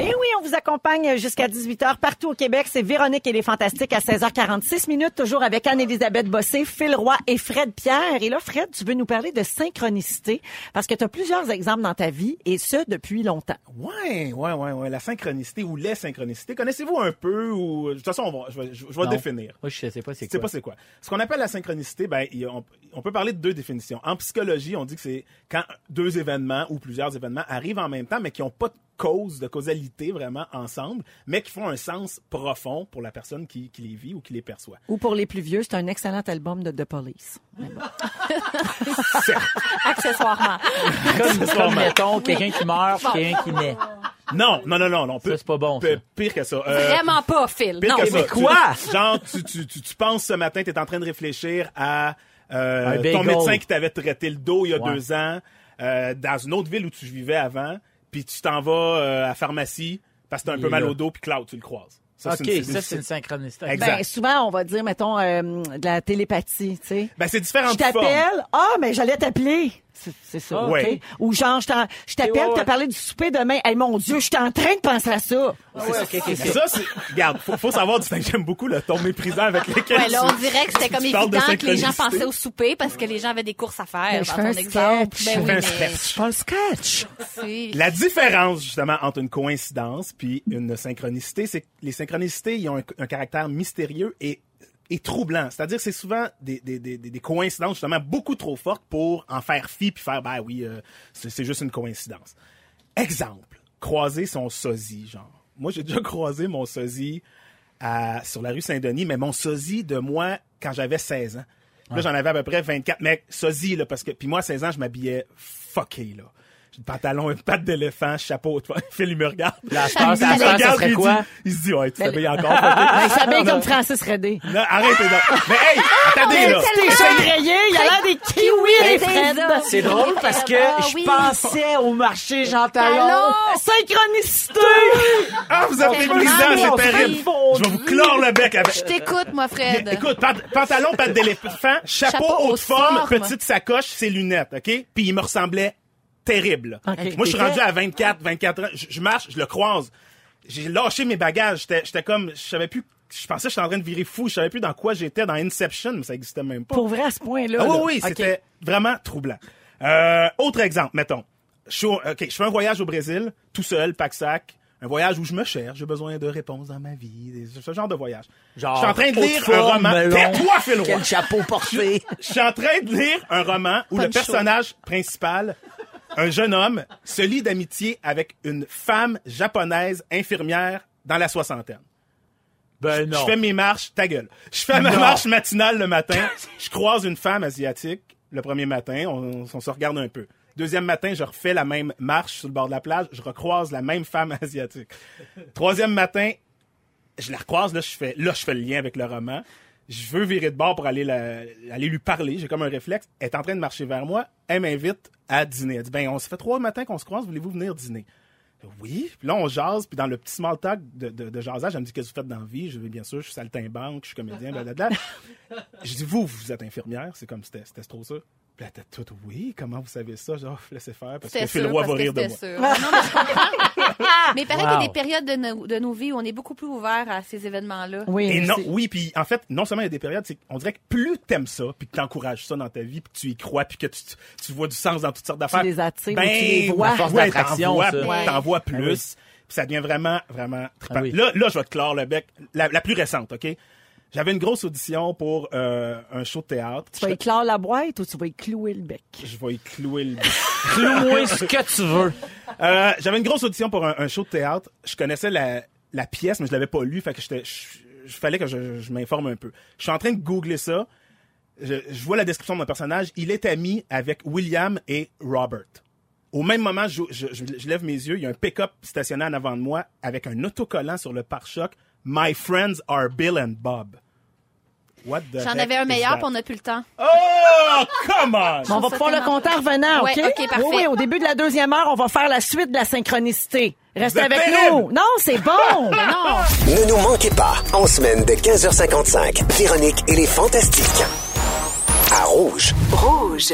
[SPEAKER 3] Et oui, on vous accompagne jusqu'à 18h partout au Québec. C'est Véronique et les Fantastiques à 16h46 minutes, toujours avec Anne-Élisabeth Bossé, Phil Roy et Fred Pierre. Et là, Fred, tu veux nous parler de synchronicité parce que tu as plusieurs exemples dans ta vie et ce, depuis longtemps.
[SPEAKER 4] Ouais, ouais, ouais, ouais. La synchronicité ou les synchronicités. Connaissez-vous un peu ou, de toute façon, on va, je vais, je vais
[SPEAKER 6] Non.
[SPEAKER 4] définir.
[SPEAKER 6] Moi, je sais pas c'est
[SPEAKER 4] Tu sais
[SPEAKER 6] quoi.
[SPEAKER 4] pas c'est quoi. Ce qu'on appelle la synchronicité, ben, il y a- on, on peut parler de deux définitions. En psychologie, on dit que c'est quand deux événements ou plusieurs événements arrivent en même temps, mais qui n'ont pas de cause, de causalité vraiment ensemble, mais qui font un sens profond pour la personne qui, qui les vit ou qui les perçoit.
[SPEAKER 3] Ou pour les plus vieux, c'est un excellent album de The Police.
[SPEAKER 5] accessoirement.
[SPEAKER 6] Comme, comme
[SPEAKER 4] Accessoirement.
[SPEAKER 6] mettons, quelqu'un qui meurt, quelqu'un qui naît.
[SPEAKER 4] Non, non, non, non, non.
[SPEAKER 6] Ah, Ça, c'est pas bon,
[SPEAKER 4] p-
[SPEAKER 6] ça.
[SPEAKER 4] Pire que ça. Euh,
[SPEAKER 5] Vraiment pas, Phil.
[SPEAKER 4] Pire
[SPEAKER 5] Non.
[SPEAKER 4] que ça.
[SPEAKER 6] mais
[SPEAKER 4] Tu-
[SPEAKER 6] quoi?
[SPEAKER 4] genre, tu, tu, tu, tu penses ce matin, tu es en train de réfléchir à euh,
[SPEAKER 6] Un bagel.
[SPEAKER 4] ton médecin qui t'avait traité le dos il y a
[SPEAKER 6] Ouais.
[SPEAKER 4] deux ans, euh, dans une autre ville où tu vivais avant, puis tu t'en vas euh, à la pharmacie parce que t'as un
[SPEAKER 6] Il
[SPEAKER 4] peu
[SPEAKER 6] est
[SPEAKER 4] mal
[SPEAKER 6] là.
[SPEAKER 4] au dos, puis Cloud, tu le croises.
[SPEAKER 6] OK,
[SPEAKER 4] une-
[SPEAKER 6] ça, c'est une synchronicité.
[SPEAKER 4] Exact.
[SPEAKER 3] Ben, souvent, on va dire, mettons, euh, de la télépathie, tu sais.
[SPEAKER 4] Ben, c'est
[SPEAKER 3] Je
[SPEAKER 4] différentes formes.
[SPEAKER 3] t'appelle. Ah, mais j'allais t'appeler. C'est c'est ça.
[SPEAKER 4] Ah,
[SPEAKER 3] OK.
[SPEAKER 4] ouais.
[SPEAKER 3] Ou genre, je t'en- je t'appelle,
[SPEAKER 6] Ouais, ouais.
[SPEAKER 3] t'as parlé du souper demain. Hey, mon Dieu, je suis en train de penser à ça.
[SPEAKER 6] Ah
[SPEAKER 4] Ça, c'est. Regarde, faut, faut savoir distinguer. J'aime beaucoup le ton méprisant avec lequel.
[SPEAKER 5] Ouais, là,
[SPEAKER 4] tu-
[SPEAKER 5] on dirait que c'était
[SPEAKER 4] tu
[SPEAKER 5] comme
[SPEAKER 4] parles de
[SPEAKER 5] évident que les gens pensaient
[SPEAKER 4] synchronicité.
[SPEAKER 5] au souper parce que les gens avaient des courses à faire.
[SPEAKER 3] Mais je
[SPEAKER 5] dans
[SPEAKER 3] fais
[SPEAKER 5] ton
[SPEAKER 3] un
[SPEAKER 5] exemple.
[SPEAKER 3] sketch.
[SPEAKER 5] Ben oui,
[SPEAKER 4] Je fais un
[SPEAKER 5] mais
[SPEAKER 4] sketch.
[SPEAKER 3] Je fais un sketch.
[SPEAKER 5] c'est-
[SPEAKER 4] La différence, justement, entre une coïncidence puis une synchronicité, c'est que les synchronicités, ils ont un, un caractère mystérieux et, et troublant. C'est-à-dire que c'est souvent des, des, des, des- des coïncidences, justement, beaucoup trop fortes pour en faire fi puis faire, ben oui, euh, c'est c'est juste une coïncidence. Exemple, croiser son sosie, genre. Moi, j'ai déjà croisé mon sosie à- sur la rue Saint-Denis, mais mon sosie de moi quand j'avais 16 ans. Là, j'en avais à peu près 24. Mais sosie, là, parce que. Puis moi, à 16 ans, je m'habillais fucké, là. J'ai des pantalons, une patte d'éléphant, chapeau. Tu vois, Phil, il me regarde.
[SPEAKER 6] Là, je pense,
[SPEAKER 4] Il
[SPEAKER 6] à la fin,
[SPEAKER 4] me
[SPEAKER 6] ça
[SPEAKER 4] regarde, puis
[SPEAKER 6] serait
[SPEAKER 4] il
[SPEAKER 6] quoi?
[SPEAKER 4] dit- Il se dit, ouais, tu t'habilles encore. fucké.
[SPEAKER 6] Ah,
[SPEAKER 3] Ben, ça bien comme Francis Redé.
[SPEAKER 4] Non, arrêtez donc. Mais hey, attendez, là.
[SPEAKER 3] T'es chaudrayé, il a l'air des kiwis, les
[SPEAKER 5] c'est
[SPEAKER 3] Fred.
[SPEAKER 5] ça.
[SPEAKER 6] C'est drôle parce que
[SPEAKER 5] Ah,
[SPEAKER 6] je
[SPEAKER 5] oui.
[SPEAKER 6] pensais au marché Jean
[SPEAKER 5] Talon.
[SPEAKER 6] Talon.
[SPEAKER 3] Synchronicité!
[SPEAKER 4] Ah, vous avez
[SPEAKER 5] Tellement
[SPEAKER 4] mis
[SPEAKER 5] bien
[SPEAKER 4] c'est terrible.
[SPEAKER 5] fait.
[SPEAKER 4] Je vais vous clore le bec avec.
[SPEAKER 5] Je t'écoute, moi, Fred.
[SPEAKER 4] Écoute, pant- pantalon, patte d'éléphant, chapeau,
[SPEAKER 5] Chapeau
[SPEAKER 4] haute
[SPEAKER 5] haute
[SPEAKER 4] forme,
[SPEAKER 5] forme.
[SPEAKER 4] petite sacoche, ses lunettes, OK? Puis il me ressemblait terrible. là.
[SPEAKER 3] Ok.
[SPEAKER 4] Moi, je suis rendu à 24, 24 ans. Je, je marche, je le croise. J'ai lâché mes bagages. J'étais j'étais comme, je savais plus, je pensais que j'étais en train de virer fou. Je savais plus dans quoi j'étais, dans Inception, mais ça existait même pas.
[SPEAKER 3] Pour vrai, à ce point-là.
[SPEAKER 4] Ah oui,
[SPEAKER 3] là.
[SPEAKER 4] oui,
[SPEAKER 3] OK.
[SPEAKER 4] c'était vraiment troublant. Euh, autre exemple, mettons. Je, suis au- ok, je fais un voyage au Brésil, tout seul, pack-sac. Un voyage où je me cherche, j'ai besoin de réponses dans ma vie, des- ce genre de voyage. je suis en train de
[SPEAKER 6] haute
[SPEAKER 4] lire un
[SPEAKER 6] forme,
[SPEAKER 4] roman.
[SPEAKER 6] melon.
[SPEAKER 4] Tais-toi, Phil Roy!
[SPEAKER 6] Quel chapeau porté!
[SPEAKER 4] Je suis en train de lire un roman où le personnage principal, un jeune homme, se lie d'amitié avec une femme japonaise infirmière dans la soixantaine.
[SPEAKER 6] Ben non.
[SPEAKER 4] Je fais mes marches, ta gueule. Je fais ma
[SPEAKER 6] Non.
[SPEAKER 4] marche matinale le matin. Je croise une femme asiatique le premier matin. On, on se regarde un peu. Deuxième matin, je refais la même marche sur le bord de la plage. Je recroise la même femme asiatique. Troisième matin, je la recroise. Là, je fais, là, je fais le lien avec le roman. Je veux virer de bord pour aller, la- aller lui parler. J'ai comme un réflexe. Elle est en train de marcher vers moi. Elle m'invite à dîner. Elle dit, ben, on se fait trois matins qu'on se croise. Voulez-vous venir dîner? Oui. Puis là, on jase. Puis dans le petit small talk de, de, de jasage, elle me dit Qu'est-ce que vous faites dans la vie Je vais bien sûr, je suis saltimbanque, je suis comédien, blablabla. je dis Vous, vous êtes infirmière. C'est comme c'était c'était trop ça. Puis Puis elle était toute, oui, comment vous savez ça? Genre, laissez faire, parce
[SPEAKER 5] C'était
[SPEAKER 4] que
[SPEAKER 5] sûr,
[SPEAKER 4] le roi
[SPEAKER 5] parce
[SPEAKER 4] va
[SPEAKER 5] que
[SPEAKER 4] rire de
[SPEAKER 5] c'était
[SPEAKER 4] moi.
[SPEAKER 5] sûr. Non, mais je comprends. Mais il paraît qu'il y a
[SPEAKER 6] Wow.
[SPEAKER 5] des périodes de nos, de nos vies où on est beaucoup plus ouvert à ces événements-là.
[SPEAKER 3] Oui,
[SPEAKER 4] Et
[SPEAKER 3] mais
[SPEAKER 4] non,
[SPEAKER 3] c'est-
[SPEAKER 4] oui, puis en fait, non seulement il y a des périodes, c'est qu'on dirait que plus t'aimes ça, puis que t'encourages ça dans ta vie, puis que tu y crois, puis que tu, tu vois du sens dans toutes sortes d'affaires. ben
[SPEAKER 3] les attires ou tu les vois. Ah
[SPEAKER 6] La force
[SPEAKER 4] ouais,
[SPEAKER 6] d'attraction,
[SPEAKER 4] t'en vois-
[SPEAKER 6] ça.
[SPEAKER 5] Ouais.
[SPEAKER 4] T'en vois plus. Puis ça devient vraiment, vraiment trippant.
[SPEAKER 6] Ah oui.
[SPEAKER 4] là, là, je vais te clore le bec. La, la plus récente, OK? J'avais une grosse audition pour euh, un show de théâtre.
[SPEAKER 3] Tu vas y clore la boîte ou tu vas y clouer le bec?
[SPEAKER 4] Je vais y clouer le bec.
[SPEAKER 6] Cloue-moi ce que tu veux.
[SPEAKER 4] Euh, j'avais une grosse audition pour un, un show de théâtre. Je connaissais la, la pièce, mais je l'avais pas lue. Fait que j'étais, je- je- fallait que je, je m'informe un peu. Je suis en train de googler ça. Je, je vois la description de mon personnage. Il est ami avec William et Robert. Au même moment, je, je- je- je lève mes yeux. Il y a un pick-up stationné en avant de moi avec un autocollant sur le pare-choc. My friends are Bill and Bob. What the
[SPEAKER 5] J'en
[SPEAKER 4] heck
[SPEAKER 5] avais un
[SPEAKER 4] is
[SPEAKER 5] meilleur,
[SPEAKER 4] that?
[SPEAKER 5] puis on n'a plus le temps.
[SPEAKER 4] Oh, come on!
[SPEAKER 3] on va
[SPEAKER 5] ça
[SPEAKER 3] pouvoir le
[SPEAKER 5] tellement
[SPEAKER 3] compter en revenant,
[SPEAKER 5] Ouais,
[SPEAKER 3] OK?
[SPEAKER 5] OK, parfait.
[SPEAKER 3] Oui, oui, au début de la deuxième heure, on va faire la suite de la synchronicité. Restez
[SPEAKER 4] Vous
[SPEAKER 3] avec
[SPEAKER 4] êtes
[SPEAKER 3] nous.
[SPEAKER 4] pénible.
[SPEAKER 3] Non, c'est bon. non.
[SPEAKER 1] Ne nous manquez pas, en semaine de 15h55, Véronique et les Fantastiques. À Rouge.
[SPEAKER 9] Rouge.